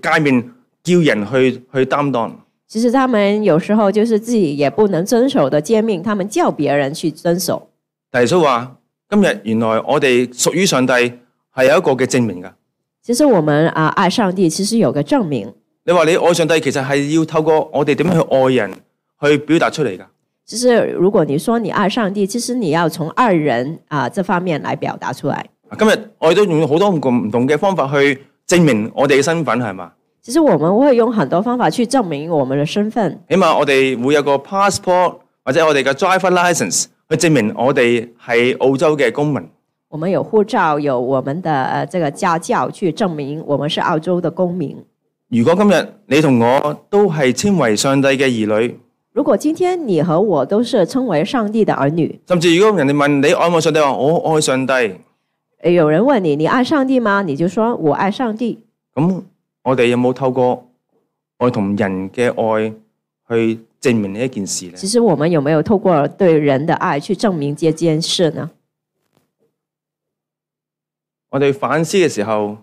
[SPEAKER 1] 界面，叫人去去擔當。
[SPEAKER 2] 其实他们有时候就是自己也不能遵守的诫命，他们叫别人去遵守。
[SPEAKER 1] 但耶穌話：今日原來我哋屬於上帝係有一個嘅證明㗎。
[SPEAKER 2] 其实我们啊、爱上帝，其實有個證明。
[SPEAKER 1] 你話你愛上帝，其實係要透過我哋點樣去愛人去表達出嚟㗎。
[SPEAKER 2] 其實如果你說你愛上帝，其實你要從愛人啊、這方面來表達出來。
[SPEAKER 1] 今日我哋都用好多唔同唔同嘅方法去證明我哋嘅身份，係嘛？
[SPEAKER 2] 其實我們會用很多方法去證明我們的身份，
[SPEAKER 1] 起碼我哋會有個 passport 或者我哋嘅 driver license 去證明我哋係澳洲嘅公民。
[SPEAKER 2] 我們有護照，有我們的呃這個家教去證明我們是澳洲的公民。
[SPEAKER 1] 如果今日你同我都係稱為上帝嘅兒女，
[SPEAKER 2] 如果今天你和我都是称为上帝的儿女，
[SPEAKER 1] 甚至如果人哋問你愛唔愛上帝，話我愛上帝，
[SPEAKER 2] 诶有人问你你爱上帝吗？你就说我爱上帝。
[SPEAKER 1] 咁我哋有冇透過愛同人嘅愛去證明呢一件事呢？
[SPEAKER 2] 其实我们有没有透过对人的爱去证明这件事呢？
[SPEAKER 1] 我哋反思嘅時候，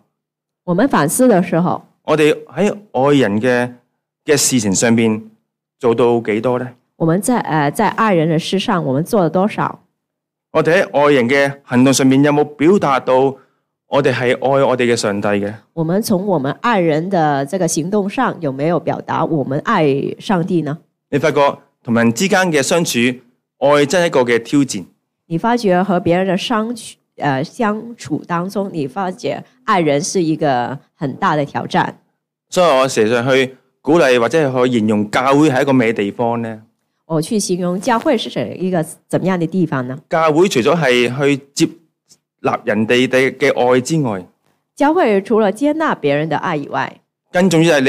[SPEAKER 2] 我们反思的时候，
[SPEAKER 1] 我哋喺愛人嘅嘅事情上邊做到幾多呢？
[SPEAKER 2] 我们在呃在爱人的事上，我们做了多少？
[SPEAKER 1] 我哋喺愛人嘅行動上面有冇表達到我哋係愛我哋嘅上帝嘅？
[SPEAKER 2] 我们从我们爱人的这个行动上，有没有表达我们爱上帝呢？
[SPEAKER 1] 你發覺同人之間嘅相處，愛真係一個嘅挑戰。
[SPEAKER 2] 你发觉和别人的相处呃相处当中，你发觉爱人是一个很大的挑战。
[SPEAKER 1] 所以我成日上去鼓勵或者係去形容教會係一個咩地方呢？
[SPEAKER 2] 我去形容教会是怎一个怎么样的地方呢？
[SPEAKER 1] 教會除咗係去接納人哋哋嘅愛之外，
[SPEAKER 2] 教会除了接纳别人的爱以外，
[SPEAKER 1] 更重要係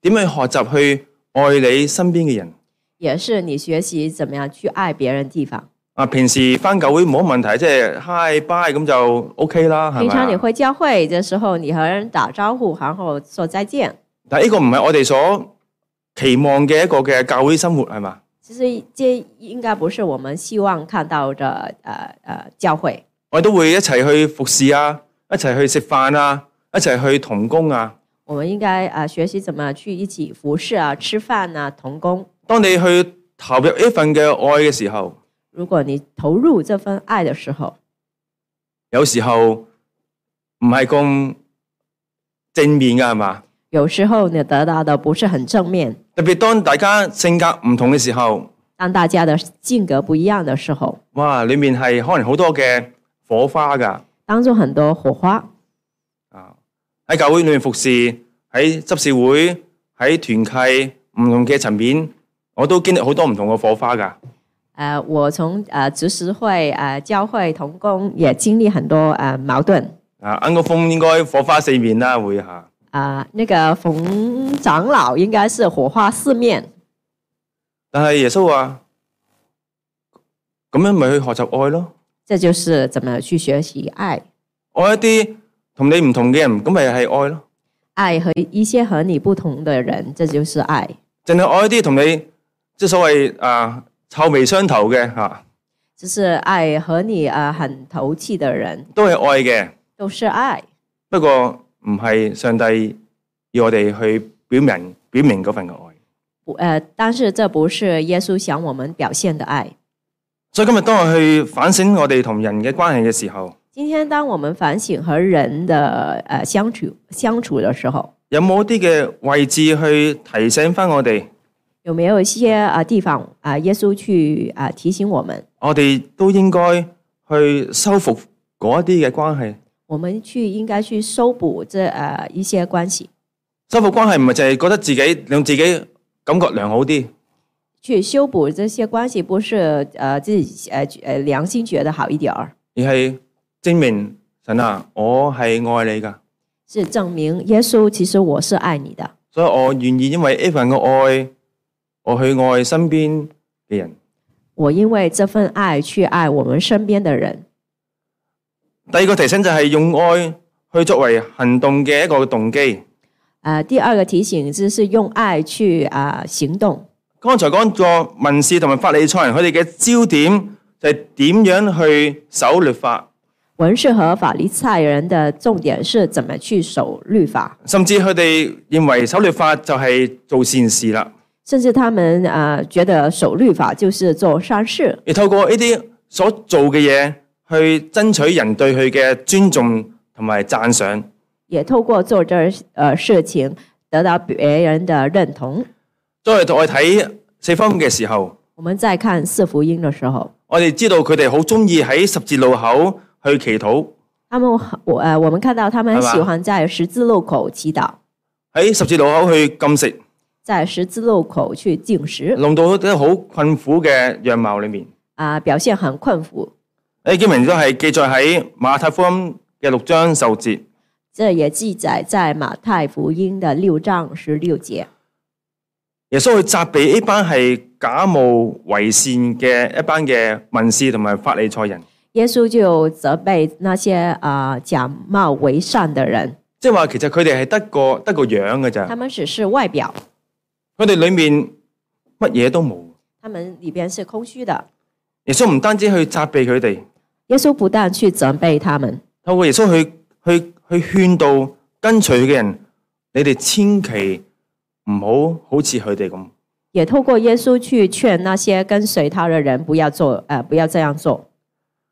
[SPEAKER 1] 你點去學習去愛你身邊嘅人。
[SPEAKER 2] 也是你学习怎么样去爱别人的地方。
[SPEAKER 1] 啊，平時翻教會冇乜問題，即係 hi bye 咁就 OK 啦，係
[SPEAKER 2] 平常你
[SPEAKER 1] 咪啊？
[SPEAKER 2] 会教会的时候，你和人打招呼，然后说再见。
[SPEAKER 1] 但呢個唔係我哋所期望嘅一個嘅教會生活，係嘛？
[SPEAKER 2] 其实这应该不是我们希望看到的，呃呃，教会。
[SPEAKER 1] 我哋都會一齊去服侍啊，一齊去食飯啊，一齊去童工啊。
[SPEAKER 2] 我们应该呃学习怎么去一起服侍啊、吃饭啊、同工。
[SPEAKER 1] 當你去投入呢份嘅愛嘅時候，
[SPEAKER 2] 如果你投入这份爱的时候，
[SPEAKER 1] 有時候唔係咁正面㗎，係嘛？
[SPEAKER 2] 有时候你得到的不是很正面。
[SPEAKER 1] 特別當大家性格唔同嘅時候，
[SPEAKER 2] 当大家的性格不一样的时候，
[SPEAKER 1] 哇，裡面係可能好多嘅火花㗎。
[SPEAKER 2] 当中很多火花。
[SPEAKER 1] 啊！喺教會裏面服侍，喺執事會，喺團契唔同嘅層面，我都經歷好多唔同嘅火花㗎。
[SPEAKER 2] 呃，我从呃执事会、呃教会、同工也经历很多呃矛盾。
[SPEAKER 1] 啊，Uncle 峰應該火花四面啦，會嚇。
[SPEAKER 2] 啊、那个冯长老应该是火花四面，
[SPEAKER 1] 但係耶穌話：咁樣咪去學習愛咯，
[SPEAKER 2] 这就是怎么去学习爱。
[SPEAKER 1] 愛一啲同你唔同嘅人，咁咪係愛咯。
[SPEAKER 2] 爱和一些和你不同的人，这就是爱。
[SPEAKER 1] 淨係愛一啲同你即係所謂啊臭味相投嘅嚇、啊
[SPEAKER 2] 就是爱和你呃很投契的人，
[SPEAKER 1] 都係愛嘅。
[SPEAKER 2] 都是爱。
[SPEAKER 1] 不過唔係上帝要我哋去表明表明嗰份嘅愛。
[SPEAKER 2] 不呃，但是这不是耶稣想我们表现的爱。
[SPEAKER 1] 所以今日當我去反省我哋同人嘅關係嘅時候，
[SPEAKER 2] 今天当我们反省和人的呃相处相处的时候，
[SPEAKER 1] 有冇一啲嘅位置去提醒翻我哋，
[SPEAKER 2] 有没有一些啊、呃地方啊、呃耶稣去啊、呃提醒我们，
[SPEAKER 1] 我哋都應該去修復嗰一啲嘅關係。
[SPEAKER 2] 我们去应该去修补这呃一些关系，
[SPEAKER 1] 修復關係唔係淨係覺得自己令自己感覺良好啲，
[SPEAKER 2] 去修补这些关系，不是呃自己呃呃良心觉得好一点儿，
[SPEAKER 1] 而係證明神啊，我係愛你噶，
[SPEAKER 2] 是证明耶稣其实我是爱你的。
[SPEAKER 1] 所以我願意因為呢份嘅愛，我去愛身邊嘅人。
[SPEAKER 2] 我因为这份爱去爱我们身边的人。
[SPEAKER 1] 第二個提醒就係用愛去作為行動嘅一個動機。
[SPEAKER 2] 呃，第二个提醒就是用爱去啊、呃行动。
[SPEAKER 1] 剛才講過文士同埋法利賽人，佢哋嘅焦點就係點樣去守律法，
[SPEAKER 2] 文士和法利赛人的重点是怎么去守律法，
[SPEAKER 1] 甚至佢哋認為守律法就係做善事啦。
[SPEAKER 2] 甚至他们啊、呃觉得守律法就是做善事，
[SPEAKER 1] 而透過呢啲所做嘅嘢，去爭取人對佢嘅尊重同埋讚賞。
[SPEAKER 2] 也透过做这呃事情得到别人的认同。
[SPEAKER 1] 當我哋睇四方嘅時候，
[SPEAKER 2] 我们在看四福音的时候，
[SPEAKER 1] 我哋知道佢哋好中意喺十字路口去祈禱。
[SPEAKER 2] 他们我呃我们看到他们很
[SPEAKER 1] 是吧
[SPEAKER 2] 喜欢在十字路口祈祷，
[SPEAKER 1] 喺十字路口去禁食，
[SPEAKER 2] 在十字路口去进食
[SPEAKER 1] 弄到啲好困苦嘅樣貌裏面。
[SPEAKER 2] 啊、表现很困苦。
[SPEAKER 1] 呢經文都係記載喺馬太福音嘅六章受節，
[SPEAKER 2] 这也记载在马太福音的六章十六节。
[SPEAKER 1] 耶穌去責備呢班係假冒為善嘅一班嘅文士同埋法利賽人，
[SPEAKER 2] 耶稣就责备那些啊、呃假冒为善的人，
[SPEAKER 1] 即係話其實佢哋係得個得個樣嘅咋，
[SPEAKER 2] 他们只是外表，
[SPEAKER 1] 佢哋里面乜嘢都冇。
[SPEAKER 2] 他们里边是空虚的。
[SPEAKER 1] 耶穌唔單止去責備佢哋，
[SPEAKER 2] 耶稣不但去责备他们，
[SPEAKER 1] 透過耶穌去去去勸導跟隨佢嘅人，你哋千祈唔好好似佢哋咁。
[SPEAKER 2] 也透过耶稣去劝那些跟随他的人不要做，呃，不要这样做。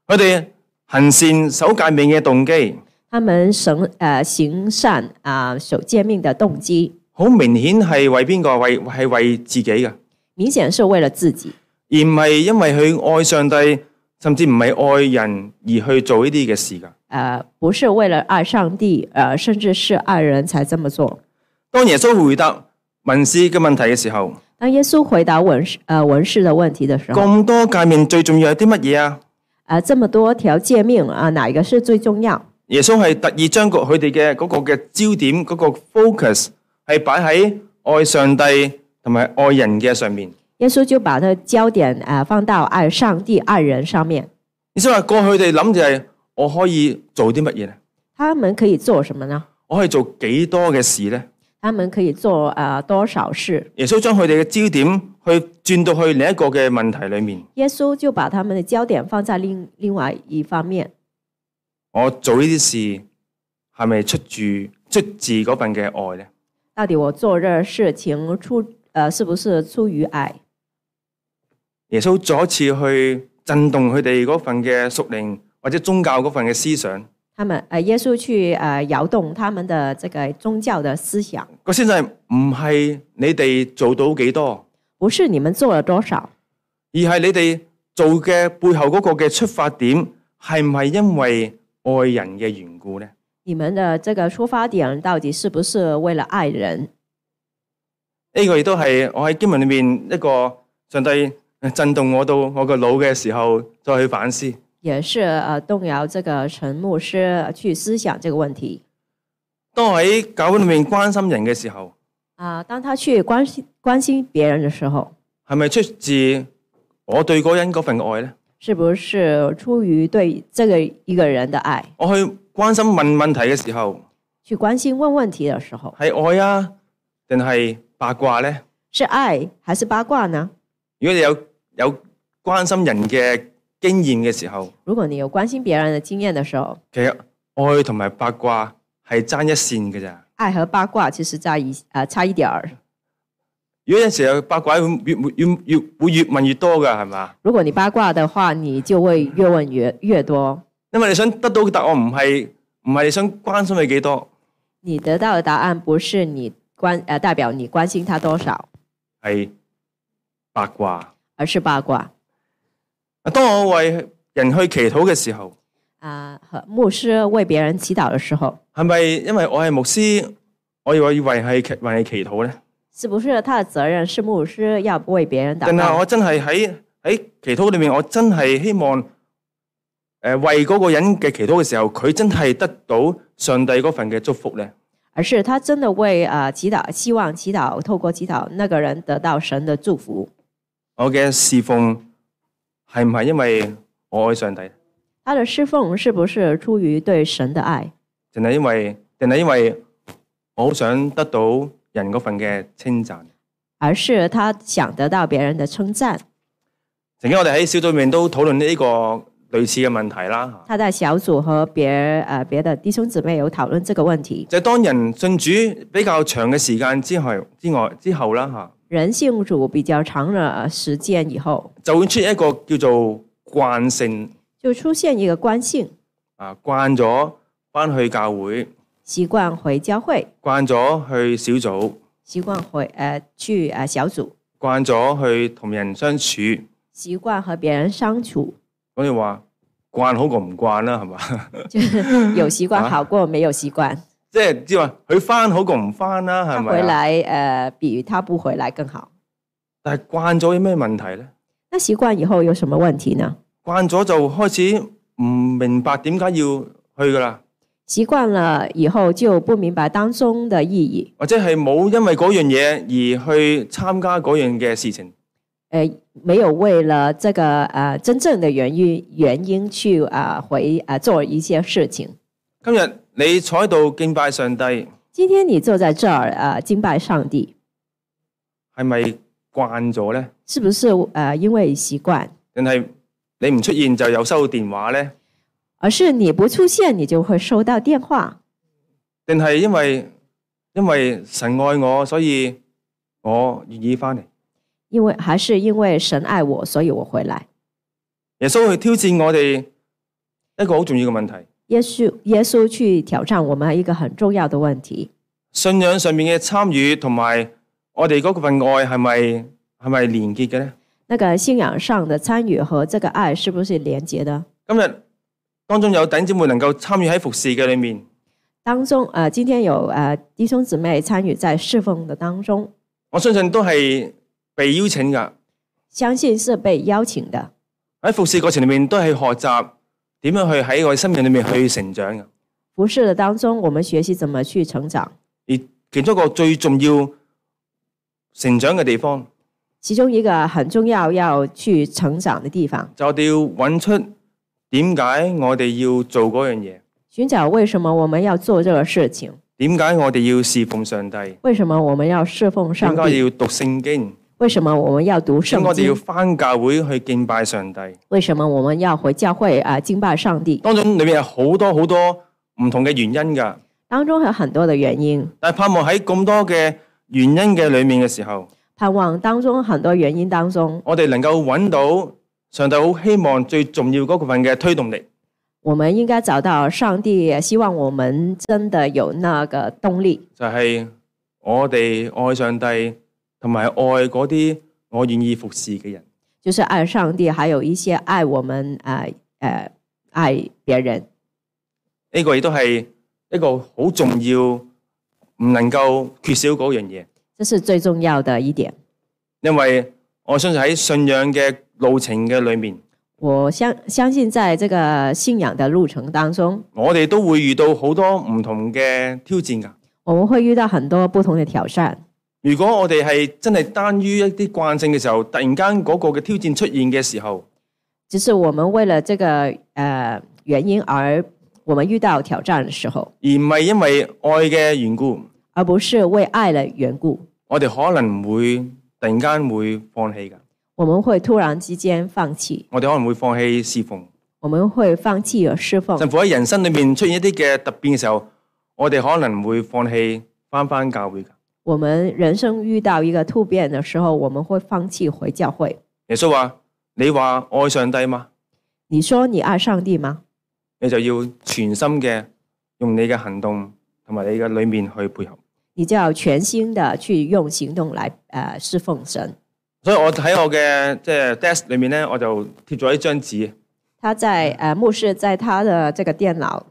[SPEAKER 1] 佢哋行善守戒命嘅動機，
[SPEAKER 2] 他们行呃行善啊、守诫命的動機，
[SPEAKER 1] 好明顯係為邊個？為係為自己嘅，而
[SPEAKER 2] 明顯是為了自己，
[SPEAKER 1] 唔係因為佢愛上帝，甚至唔係愛人而去做呢啲嘅事㗎。
[SPEAKER 2] 呃，不是為了愛上帝，呃，甚至是愛人才這麼做。
[SPEAKER 1] 當耶穌回答文士嘅問題嘅時候，
[SPEAKER 2] 当耶穌回答文士呃文士的問題的时候，
[SPEAKER 1] 咁多界面最重要係啲乜嘢啊？
[SPEAKER 2] 呃，这么多條诫命啊、哪一個是最重要？
[SPEAKER 1] 耶穌係特意將個佢哋嘅嗰個嘅焦點嗰、個 focus 係擺喺愛上帝同埋愛人嘅上面。
[SPEAKER 2] 耶穌就把的焦點啊、呃放到愛上帝、愛人上面。
[SPEAKER 1] 意思話過去佢哋諗就係我可以做啲乜嘢咧？
[SPEAKER 2] 他們可以做什麼呢？
[SPEAKER 1] 我可以做幾多嘅事咧？
[SPEAKER 2] 他們可以做呃多少事？
[SPEAKER 1] 耶穌將佢哋嘅焦點去轉到去另一個嘅問題裏面。
[SPEAKER 2] 耶穌就把他們的焦點放在另另外一方面。
[SPEAKER 1] 我做呢啲事係咪出住出自嗰份嘅愛咧？
[SPEAKER 2] 到底我做这事情出呃是不是出于爱？
[SPEAKER 1] 耶穌再一次去震動佢哋嗰份嘅屬靈或者宗教嗰份嘅思想。
[SPEAKER 2] 他们呃，耶稣去呃摇动他们的这个宗教的思想，
[SPEAKER 1] 個先生唔係你哋做到幾多，
[SPEAKER 2] 不是你们做了多少，
[SPEAKER 1] 而係你哋做嘅背後嗰個嘅出發點係唔係因為愛人嘅緣故咧？
[SPEAKER 2] 你们的这个出发点到底是不是为了爱人？
[SPEAKER 1] 呢個亦都係我喺經文裏面一個上帝震動我到我個腦嘅時候，再去反思。
[SPEAKER 2] 也是呃动摇这个陈牧师呃去思想这个问题
[SPEAKER 1] 當我喺教會裏面關心人嘅時候，
[SPEAKER 2] 啊、当他去关心关心别人的时候，
[SPEAKER 1] 係咪出自我對嗰人嗰份愛呢？
[SPEAKER 2] 是不是出于对这个一个人的爱？
[SPEAKER 1] 我去關心問問題嘅時候，
[SPEAKER 2] 去关心问问题的时候，
[SPEAKER 1] 係愛啊，定係八卦呢？
[SPEAKER 2] 是爱还是八卦呢？
[SPEAKER 1] 如果你有有關心人嘅經驗嘅時候，
[SPEAKER 2] 如果你有关心别人的经验的时候，
[SPEAKER 1] 其實愛同埋八卦係爭一線嘅咋。
[SPEAKER 2] 爱和八卦其实在一呃差一点儿。
[SPEAKER 1] 如果有時候八卦會越越越會越問越多㗎，係嘛？
[SPEAKER 2] 如果你八卦的话，你就会越问越越多。
[SPEAKER 1] 因為你想得到嘅答案唔係唔係你想關心佢幾多，
[SPEAKER 2] 你得到的答案不是你关呃代表你关心他多少，
[SPEAKER 1] 係八卦。
[SPEAKER 2] 而是八卦
[SPEAKER 1] 當我為人去祈禱嘅時候。
[SPEAKER 2] 啊、和牧师为别人祈祷的时候，
[SPEAKER 1] 係咪因為我係牧師，我以為係祈為你祈禱咧？
[SPEAKER 2] 是不是他的责任是牧师要为别人祷
[SPEAKER 1] 定係
[SPEAKER 2] 告，
[SPEAKER 1] 我真係喺喺祈禱裏面，我真係希望诶、呃、为嗰個人嘅祈禱嘅時候，佢真係得到上帝嗰份嘅祝福咧？
[SPEAKER 2] 而是他真的为啊、呃祈祷，希望祈祷透过祈祷那个人得到神的祝福。
[SPEAKER 1] 我嘅侍奉係唔係因為我愛上帝，
[SPEAKER 2] 他的侍奉是不是出于对神的爱，
[SPEAKER 1] 定係因為定係因為我好想得到人嗰份嘅稱讚？
[SPEAKER 2] 而是他想得到别人的称赞？
[SPEAKER 1] 曾經我哋喺小組裏面都討論呢個類似嘅問題啦。
[SPEAKER 2] 他在小组和别呃别的弟兄姊妹有讨论这个问题。
[SPEAKER 1] 就係當人信主比較長嘅時間之後之外之後啦嚇，
[SPEAKER 2] 人性主比較長的时间呃以後，
[SPEAKER 1] 就會出現一個叫做慣性
[SPEAKER 2] 就出現一個慣性，
[SPEAKER 1] 啊，慣咗翻去教會，
[SPEAKER 2] 習慣回教會，
[SPEAKER 1] 慣咗去小組，
[SPEAKER 2] 習慣回呃去呃小組，
[SPEAKER 1] 慣咗去同人相處，
[SPEAKER 2] 習慣和別人相處，
[SPEAKER 1] 咁你話慣好過唔慣啦，係嘛？
[SPEAKER 2] 就是有習慣
[SPEAKER 1] 啊
[SPEAKER 2] 好過沒有習慣。
[SPEAKER 1] 即係即係話佢翻好過唔翻啦，係
[SPEAKER 2] 他
[SPEAKER 1] 咪
[SPEAKER 2] 回
[SPEAKER 1] 啊？
[SPEAKER 2] 來呃比他不回來更好。
[SPEAKER 1] 但係慣咗有咩問題咧？
[SPEAKER 2] 那習慣以後有什麼問題呢？
[SPEAKER 1] 慣咗就開始唔明白點解要去噶啦，
[SPEAKER 2] 习惯了以后就不明白当中的意义。
[SPEAKER 1] 或者係冇因為嗰樣嘢而去參加嗰樣嘅事情，
[SPEAKER 2] 呃，没有为了这个呃真正的原因原因去啊、呃回啊、呃做一些事情。
[SPEAKER 1] 今日你坐喺度敬拜上帝，
[SPEAKER 2] 今天你坐在这儿啊、呃敬拜上帝，
[SPEAKER 1] 係咪慣咗呢？
[SPEAKER 2] 是不是呃因为习惯，
[SPEAKER 1] 定係你唔出現就有收到電話呢？
[SPEAKER 2] 而是你不出现你就会收到电话，
[SPEAKER 1] 定係因為因為神愛我，所以我願意翻嚟？
[SPEAKER 2] 因为还是因为神爱我，所以我回来。
[SPEAKER 1] 耶穌去挑戰我哋一個好重要嘅問題：
[SPEAKER 2] 耶稣耶稣去挑战我们一个很重要的问题：
[SPEAKER 1] 信仰上面嘅參與同埋我哋嗰份愛係咪係咪連結嘅呢？
[SPEAKER 2] 那个信仰上的参与和这个爱是不是连结的？
[SPEAKER 1] 今日當中有弟兄姊妹能夠參與喺服侍嘅裏面，
[SPEAKER 2] 当中呃，今天有呃弟兄姊妹参与在侍奉的当中，
[SPEAKER 1] 我相信都係被邀請㗎。
[SPEAKER 2] 相信是被邀请的。
[SPEAKER 1] 喺服侍過程裏面都係學習點樣去喺我哋生命裏面去成長嘅。
[SPEAKER 2] 服侍的当中，我们学习怎么去成长。
[SPEAKER 1] 其中一個最重要成長嘅地方，
[SPEAKER 2] 其中一个很重要要去成长的地方，
[SPEAKER 1] 就我哋要揾出點解我哋要做嗰樣嘢，
[SPEAKER 2] 寻找为什么我们要做这个事情，
[SPEAKER 1] 點解我哋要侍奉上帝，
[SPEAKER 2] 为什么我们要侍奉上
[SPEAKER 1] 點解
[SPEAKER 2] 帝，
[SPEAKER 1] 要讀聖經，
[SPEAKER 2] 为什么我们要读
[SPEAKER 1] 點
[SPEAKER 2] 圣
[SPEAKER 1] 解我哋要
[SPEAKER 2] 经，
[SPEAKER 1] 翻教會去敬拜上帝。
[SPEAKER 2] 为什么我们要回教会啊、敬拜上帝，
[SPEAKER 1] 當中裏面有好多好多唔同嘅原因㗎，
[SPEAKER 2] 当中有很多的原因。
[SPEAKER 1] 但係盼望喺咁多嘅原因嘅裏面嘅時候，
[SPEAKER 2] 盼望当中很多原因当中，
[SPEAKER 1] 我哋能夠揾到上帝好希望最重要嗰部分嘅推動力。
[SPEAKER 2] 我们应该找到上帝，希望我们真的有那个动力，
[SPEAKER 1] 就係我哋愛上帝，同埋愛嗰啲我願意服侍嘅人。
[SPEAKER 2] 就是爱上帝，还有一些爱我们啊呃呃爱别人。
[SPEAKER 1] 呢、個亦都係一個好重要，唔能夠缺少嗰樣嘢。
[SPEAKER 2] 这是最重要的一点。
[SPEAKER 1] 因為我相信喺信仰嘅路程嘅裏面，
[SPEAKER 2] 我相相信，在这个信仰的路程当中，
[SPEAKER 1] 我哋都會遇到好多唔同嘅挑戰㗎。
[SPEAKER 2] 我们会遇到很多不同的挑戰。
[SPEAKER 1] 如果我哋係真係單於一啲慣性嘅時候，突然間嗰個嘅挑戰出現嘅時候，
[SPEAKER 2] 只是我们为了这个呃原因而我们遇到挑戰的时候，
[SPEAKER 1] 而唔係因為愛嘅緣故，
[SPEAKER 2] 而不是为爱的缘故，
[SPEAKER 1] 我哋可能會突然間會放棄㗎。
[SPEAKER 2] 我们会突然之間放棄，
[SPEAKER 1] 我哋可能會放棄侍奉，
[SPEAKER 2] 我们會放棄而侍奉。
[SPEAKER 1] 甚至乎喺人生裏面出現一啲嘅突變嘅時候，我哋可能會放棄翻翻教會㗎。
[SPEAKER 2] 我们人生遇到一个突变的时候，我们会放棄回教會。
[SPEAKER 1] 耶穌話：你話愛上帝嘛，
[SPEAKER 2] 你說你愛上帝嗎？
[SPEAKER 1] 你就要全心嘅用你嘅行動同埋你嘅裏面去配合。
[SPEAKER 2] 你就要全心的去用行動來呃侍奉神。
[SPEAKER 1] 所以我喺我嘅即係 desk 裏面咧，我就貼咗一張紙，
[SPEAKER 2] 他在呃牧师在他的这个电脑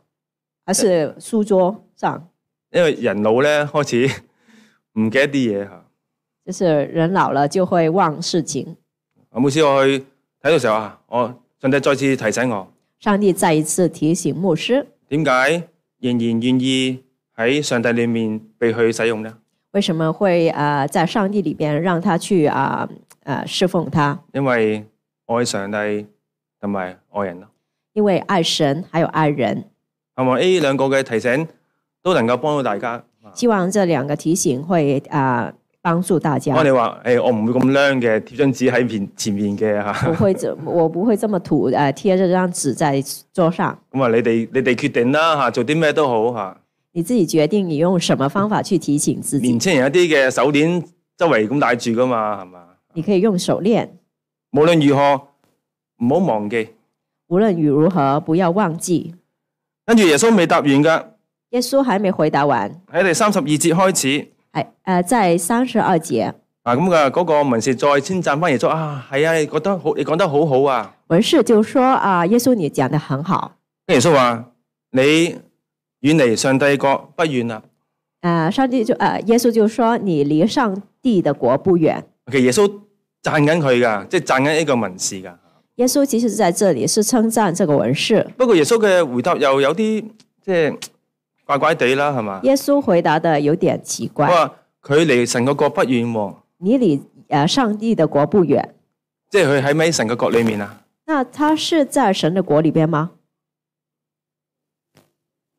[SPEAKER 2] 还是书桌上，
[SPEAKER 1] 因為人老咧開始 唔記得啲嘢嚇。
[SPEAKER 2] 就是人老了就會忘事情。
[SPEAKER 1] 啊，每次我去睇到時候啊，我上帝再次提醒我，
[SPEAKER 2] 上帝再一次提醒牧师，
[SPEAKER 1] 點解仍然願意喺上帝裏面被佢使用呢？
[SPEAKER 2] 为什么会呃在上帝里边让他去啊呃侍奉他？
[SPEAKER 1] 因為愛上帝同埋愛人咯。
[SPEAKER 2] 因为愛神还有愛人。
[SPEAKER 1] 係咪呢兩個嘅提醒都能夠幫到大家？
[SPEAKER 2] 希望这两个提醒會啊、呃帮助大家
[SPEAKER 1] 我。哋話誒，我唔會咁靚嘅，貼張紙喺面前面嘅嚇。
[SPEAKER 2] 不会这我不会这么土呃贴着这张纸在桌上，
[SPEAKER 1] 咁啊，你哋你哋決定啦嚇，做啲咩都好嚇。
[SPEAKER 2] 你自己决定你用什么方法去提醒自己
[SPEAKER 1] 年。青人有啲嘅手鏈周圍咁戴住噶嘛，係嘛？
[SPEAKER 2] 你可以用手链，
[SPEAKER 1] 無論如何，唔好忘記。
[SPEAKER 2] 无论如何不要忘记。
[SPEAKER 1] 跟住耶穌未答完㗎，
[SPEAKER 2] 耶稣还没回答完，
[SPEAKER 1] 喺第三十二節開始。
[SPEAKER 2] 哎呃，在三十二节，
[SPEAKER 1] 啊，咁嘅嗰個文士再先讚翻耶穌啊，係啊，你覺得好，你講得好好啊。
[SPEAKER 2] 文士就说啊、耶稣你讲的很好，
[SPEAKER 1] 耶穌話：你遠離上帝國不遠啦。
[SPEAKER 2] 呃，上帝就呃，耶稣就说你离上帝的国不远。
[SPEAKER 1] 其實耶穌讚緊佢噶，即係讚緊呢個文士噶。
[SPEAKER 2] 耶稣其实在这里是称赞这个文士，
[SPEAKER 1] 不過耶穌嘅回答又有啲即係怪怪地啦，係嘛？
[SPEAKER 2] 耶稣回答的有点奇
[SPEAKER 1] 佢
[SPEAKER 2] 怪，
[SPEAKER 1] 話佢離神嘅國不遠喎，
[SPEAKER 2] 你离呃上帝的国不远，
[SPEAKER 1] 即係佢喺咪神嘅國裏面啊？
[SPEAKER 2] 那他是在神的国里边吗？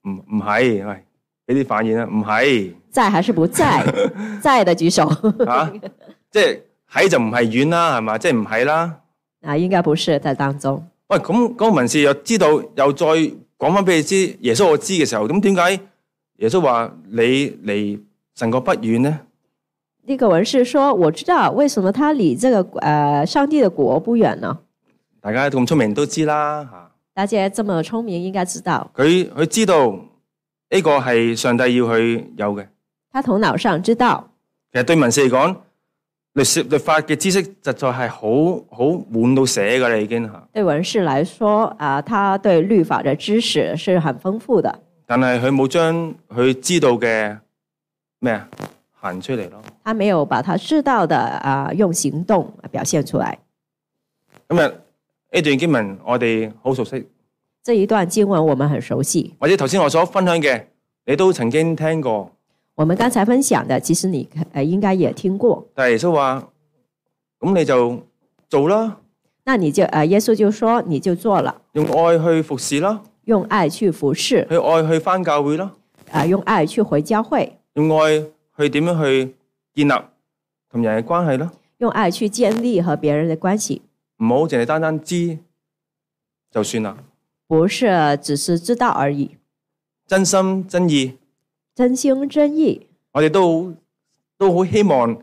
[SPEAKER 1] 唔唔係，喂，俾啲反應啊啦，唔係
[SPEAKER 2] 在还是不在？在的举手
[SPEAKER 1] 啊，即係喺就唔係遠啦，係嘛？即係唔係啦。
[SPEAKER 2] 啊，应该不是在当中。
[SPEAKER 1] 喂，咁嗰個文士又知道，又再講翻俾你知，耶穌我知嘅時候，咁點解耶穌話你離神國不遠呢？
[SPEAKER 2] 那个文士说：“我知道为什么他离这个呃上帝的国不远呢？
[SPEAKER 1] 大家咁聰明都知啦嚇。
[SPEAKER 2] 大家这么聪明，应该知道
[SPEAKER 1] 佢佢知道呢個係上帝要佢有嘅。
[SPEAKER 2] 他頭腦上知道。
[SPEAKER 1] 其實對文士嚟講，律涉律法嘅知識實在係好好滿到寫㗎啦，已經嚇。
[SPEAKER 2] 对文士来说啊，他對律法的知識是很豐富的，
[SPEAKER 1] 但係佢冇將佢知道嘅咩啊行出嚟咯。
[SPEAKER 2] 他沒有把他知道的啊用行動表現出來。
[SPEAKER 1] 今日呢段經文我哋好熟悉，
[SPEAKER 2] 这一段經文我們很熟悉，
[SPEAKER 1] 或者頭先我所分享嘅，你都曾經聽過。
[SPEAKER 2] 我們剛才分享的，其實你呃應該也聽過。
[SPEAKER 1] 但係耶穌話：咁你就做啦，
[SPEAKER 2] 那你就呃，耶穌就說你就做了，
[SPEAKER 1] 用愛去服侍啦，
[SPEAKER 2] 用愛去服侍，
[SPEAKER 1] 去愛去翻教會啦。
[SPEAKER 2] 啊、用愛去回教會，
[SPEAKER 1] 用愛去點樣去建立同人嘅關係咯，
[SPEAKER 2] 用愛去建立和別人的關係，
[SPEAKER 1] 唔好淨係單單知就算啦。
[SPEAKER 2] 不是只是知道而已，
[SPEAKER 1] 真心真意，
[SPEAKER 2] 真心真意。
[SPEAKER 1] 我哋都好都好希望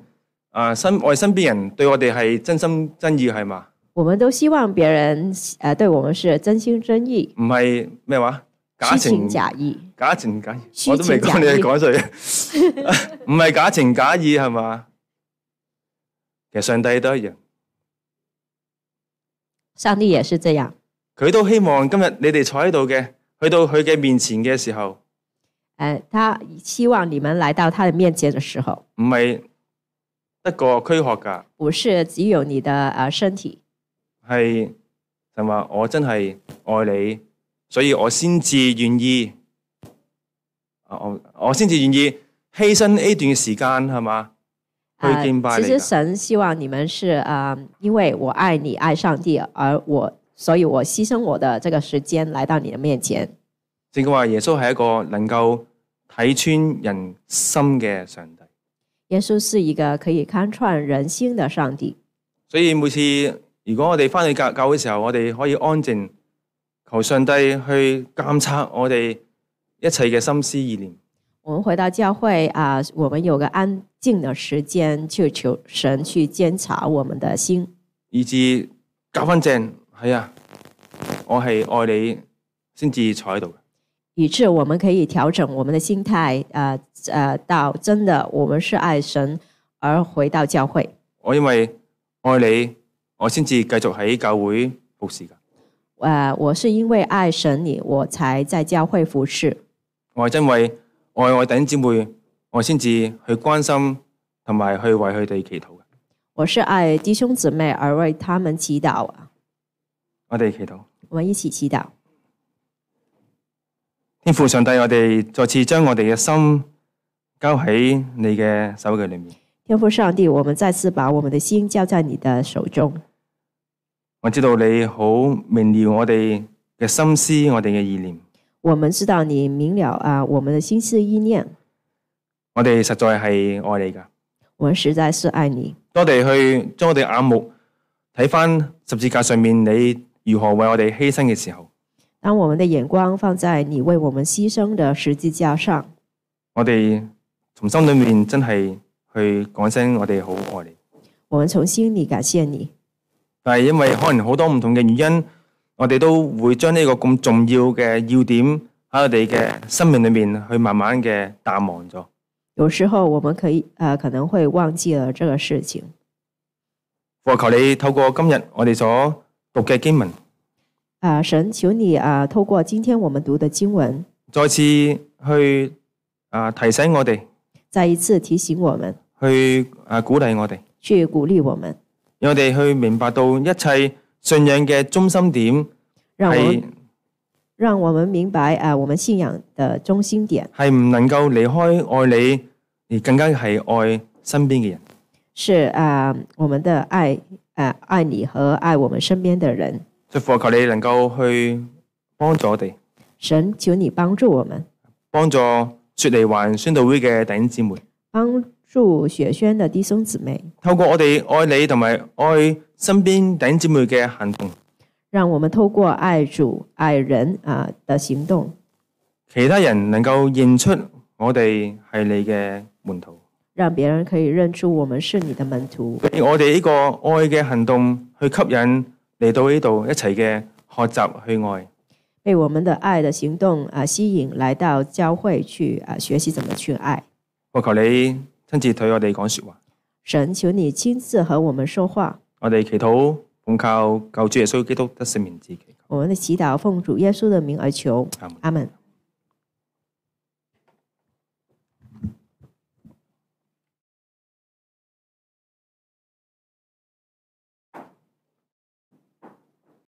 [SPEAKER 1] 啊身我哋身邊人對我哋係真心真意係嘛？
[SPEAKER 2] 我們都希望別人呃對我們是真心真意，
[SPEAKER 1] 唔係咩話假
[SPEAKER 2] 虛
[SPEAKER 1] 情
[SPEAKER 2] 情假意。
[SPEAKER 1] 假情假意，
[SPEAKER 2] 虛
[SPEAKER 1] 我都未講
[SPEAKER 2] 情
[SPEAKER 1] 你
[SPEAKER 2] 假意
[SPEAKER 1] 係講誰， 唔係假情假意係嘛？其實上帝都一樣，
[SPEAKER 2] 上帝也是这样，
[SPEAKER 1] 佢都希望今日你哋坐喺度嘅，去到佢嘅面前嘅時候。
[SPEAKER 2] 呃，他希望你们来到他的面前的时候，
[SPEAKER 1] 唔係得個區學㗎，
[SPEAKER 2] 不是只有你的呃身体，
[SPEAKER 1] 係神話我真係愛你，所以我先至願意，啊我我先至願意犧牲呢段時間係嘛，去
[SPEAKER 2] 呃
[SPEAKER 1] 敬拜
[SPEAKER 2] 其
[SPEAKER 1] 你
[SPEAKER 2] 实
[SPEAKER 1] 㗎。
[SPEAKER 2] 神希望你们是啊、呃因为我爱你，爱上帝，而我，所以我牺牲我的这个时间来到你的面前。
[SPEAKER 1] 正經話耶穌係一個能夠睇穿人心嘅上帝，
[SPEAKER 2] 耶稣是一个可以看穿人心的上帝，
[SPEAKER 1] 所以每次如果我哋翻去教教會嘅時候，我哋可以安靜求上帝去監察我哋一切嘅心思意念。
[SPEAKER 2] 我们回到教会啊、我们有个安静的时间去求神去监察我们的心。
[SPEAKER 1] 以至教翻正，係啊，我係愛你先至坐喺度嘅。
[SPEAKER 2] 以致我们可以调整我们的心态，呃呃，到真的我们是爱神而回到教会。
[SPEAKER 1] 我因為愛你，我先至繼續喺教會服侍噶。
[SPEAKER 2] 呃，我是因为爱神你，我才在教会服侍。
[SPEAKER 1] 我係因為愛我弟兄姊妹，我先至去關心同埋去為佢哋祈禱嘅。
[SPEAKER 2] 我是爱弟兄姊妹而为他们祈祷啊！
[SPEAKER 1] 我哋祈禱，
[SPEAKER 2] 我们一起祈祷，
[SPEAKER 1] 天父上帝，我哋再次將我哋嘅心交喺你嘅手嘅裏面。
[SPEAKER 2] 天父上帝，我们再次把我们的心交在你的手中。
[SPEAKER 1] 我知道你好明瞭我哋嘅心思，我哋嘅意念。
[SPEAKER 2] 我们知道你明了啊、我们的心思意念，
[SPEAKER 1] 我哋實在係愛你噶。
[SPEAKER 2] 我们实在是爱你。
[SPEAKER 1] 多地去將我哋眼目睇翻十字架上面，你如何為我哋犧牲嘅時候，
[SPEAKER 2] 当我们的眼光放在你为我们牺牲的十字架上，
[SPEAKER 1] 我哋從心裏面真係去講聲我哋好愛你。
[SPEAKER 2] 我们從心里感谢你。
[SPEAKER 1] 但係因為可能好多唔同嘅原因，我哋都會將呢個咁重要嘅要點喺我哋嘅生命裏面去慢慢嘅淡忘咗。
[SPEAKER 2] 有时候我们可以呃可能会忘记了这个事情。
[SPEAKER 1] 我求你透過今日我哋所讀嘅經文，
[SPEAKER 2] 啊、神，求你啊、透过今天我们读的经文，
[SPEAKER 1] 再次去啊、提醒我哋，
[SPEAKER 2] 再一次提醒我们，
[SPEAKER 1] 去啊、鼓勵我哋。
[SPEAKER 2] 去鼓励我们，
[SPEAKER 1] 让我哋去明白到一切信仰嘅中心点
[SPEAKER 2] 让我们
[SPEAKER 1] 系
[SPEAKER 2] 让我们明白啊、我们信仰的中心点
[SPEAKER 1] 係唔能夠離開愛你，而更加係愛身邊嘅人。
[SPEAKER 2] 是啊、我们的爱啊、爱你和爱我们身边的人。
[SPEAKER 1] 所以父啊求你能夠去幫助我哋，
[SPEAKER 2] 神，求你帮助我们，
[SPEAKER 1] 幫助雪梨環宣道會嘅弟兄姊妹，
[SPEAKER 2] 帮助雪轩的弟兄姊妹，
[SPEAKER 1] 透過我哋愛你同埋愛身邊弟兄姊妹嘅行動，
[SPEAKER 2] 让我们透过爱主、爱人啊、的行动，
[SPEAKER 1] 其他人能夠認出我哋係你嘅門徒。
[SPEAKER 2] 让别人可以认出我们是你的门徒。
[SPEAKER 1] 俾我哋呢個愛嘅行動去吸引嚟到呢度一齊嘅學習去愛。
[SPEAKER 2] 被我们的爱的行动啊吸引来到教会去啊学习怎么去爱。
[SPEAKER 1] 我求你親自對我哋講说話，
[SPEAKER 2] 神，求你亲自和我们说话。
[SPEAKER 1] 我哋祈禱奉靠救主耶穌基督得勝名字祈求。
[SPEAKER 2] 我们的祈祷奉主耶稣的名而求
[SPEAKER 1] 阿门，
[SPEAKER 2] 阿门。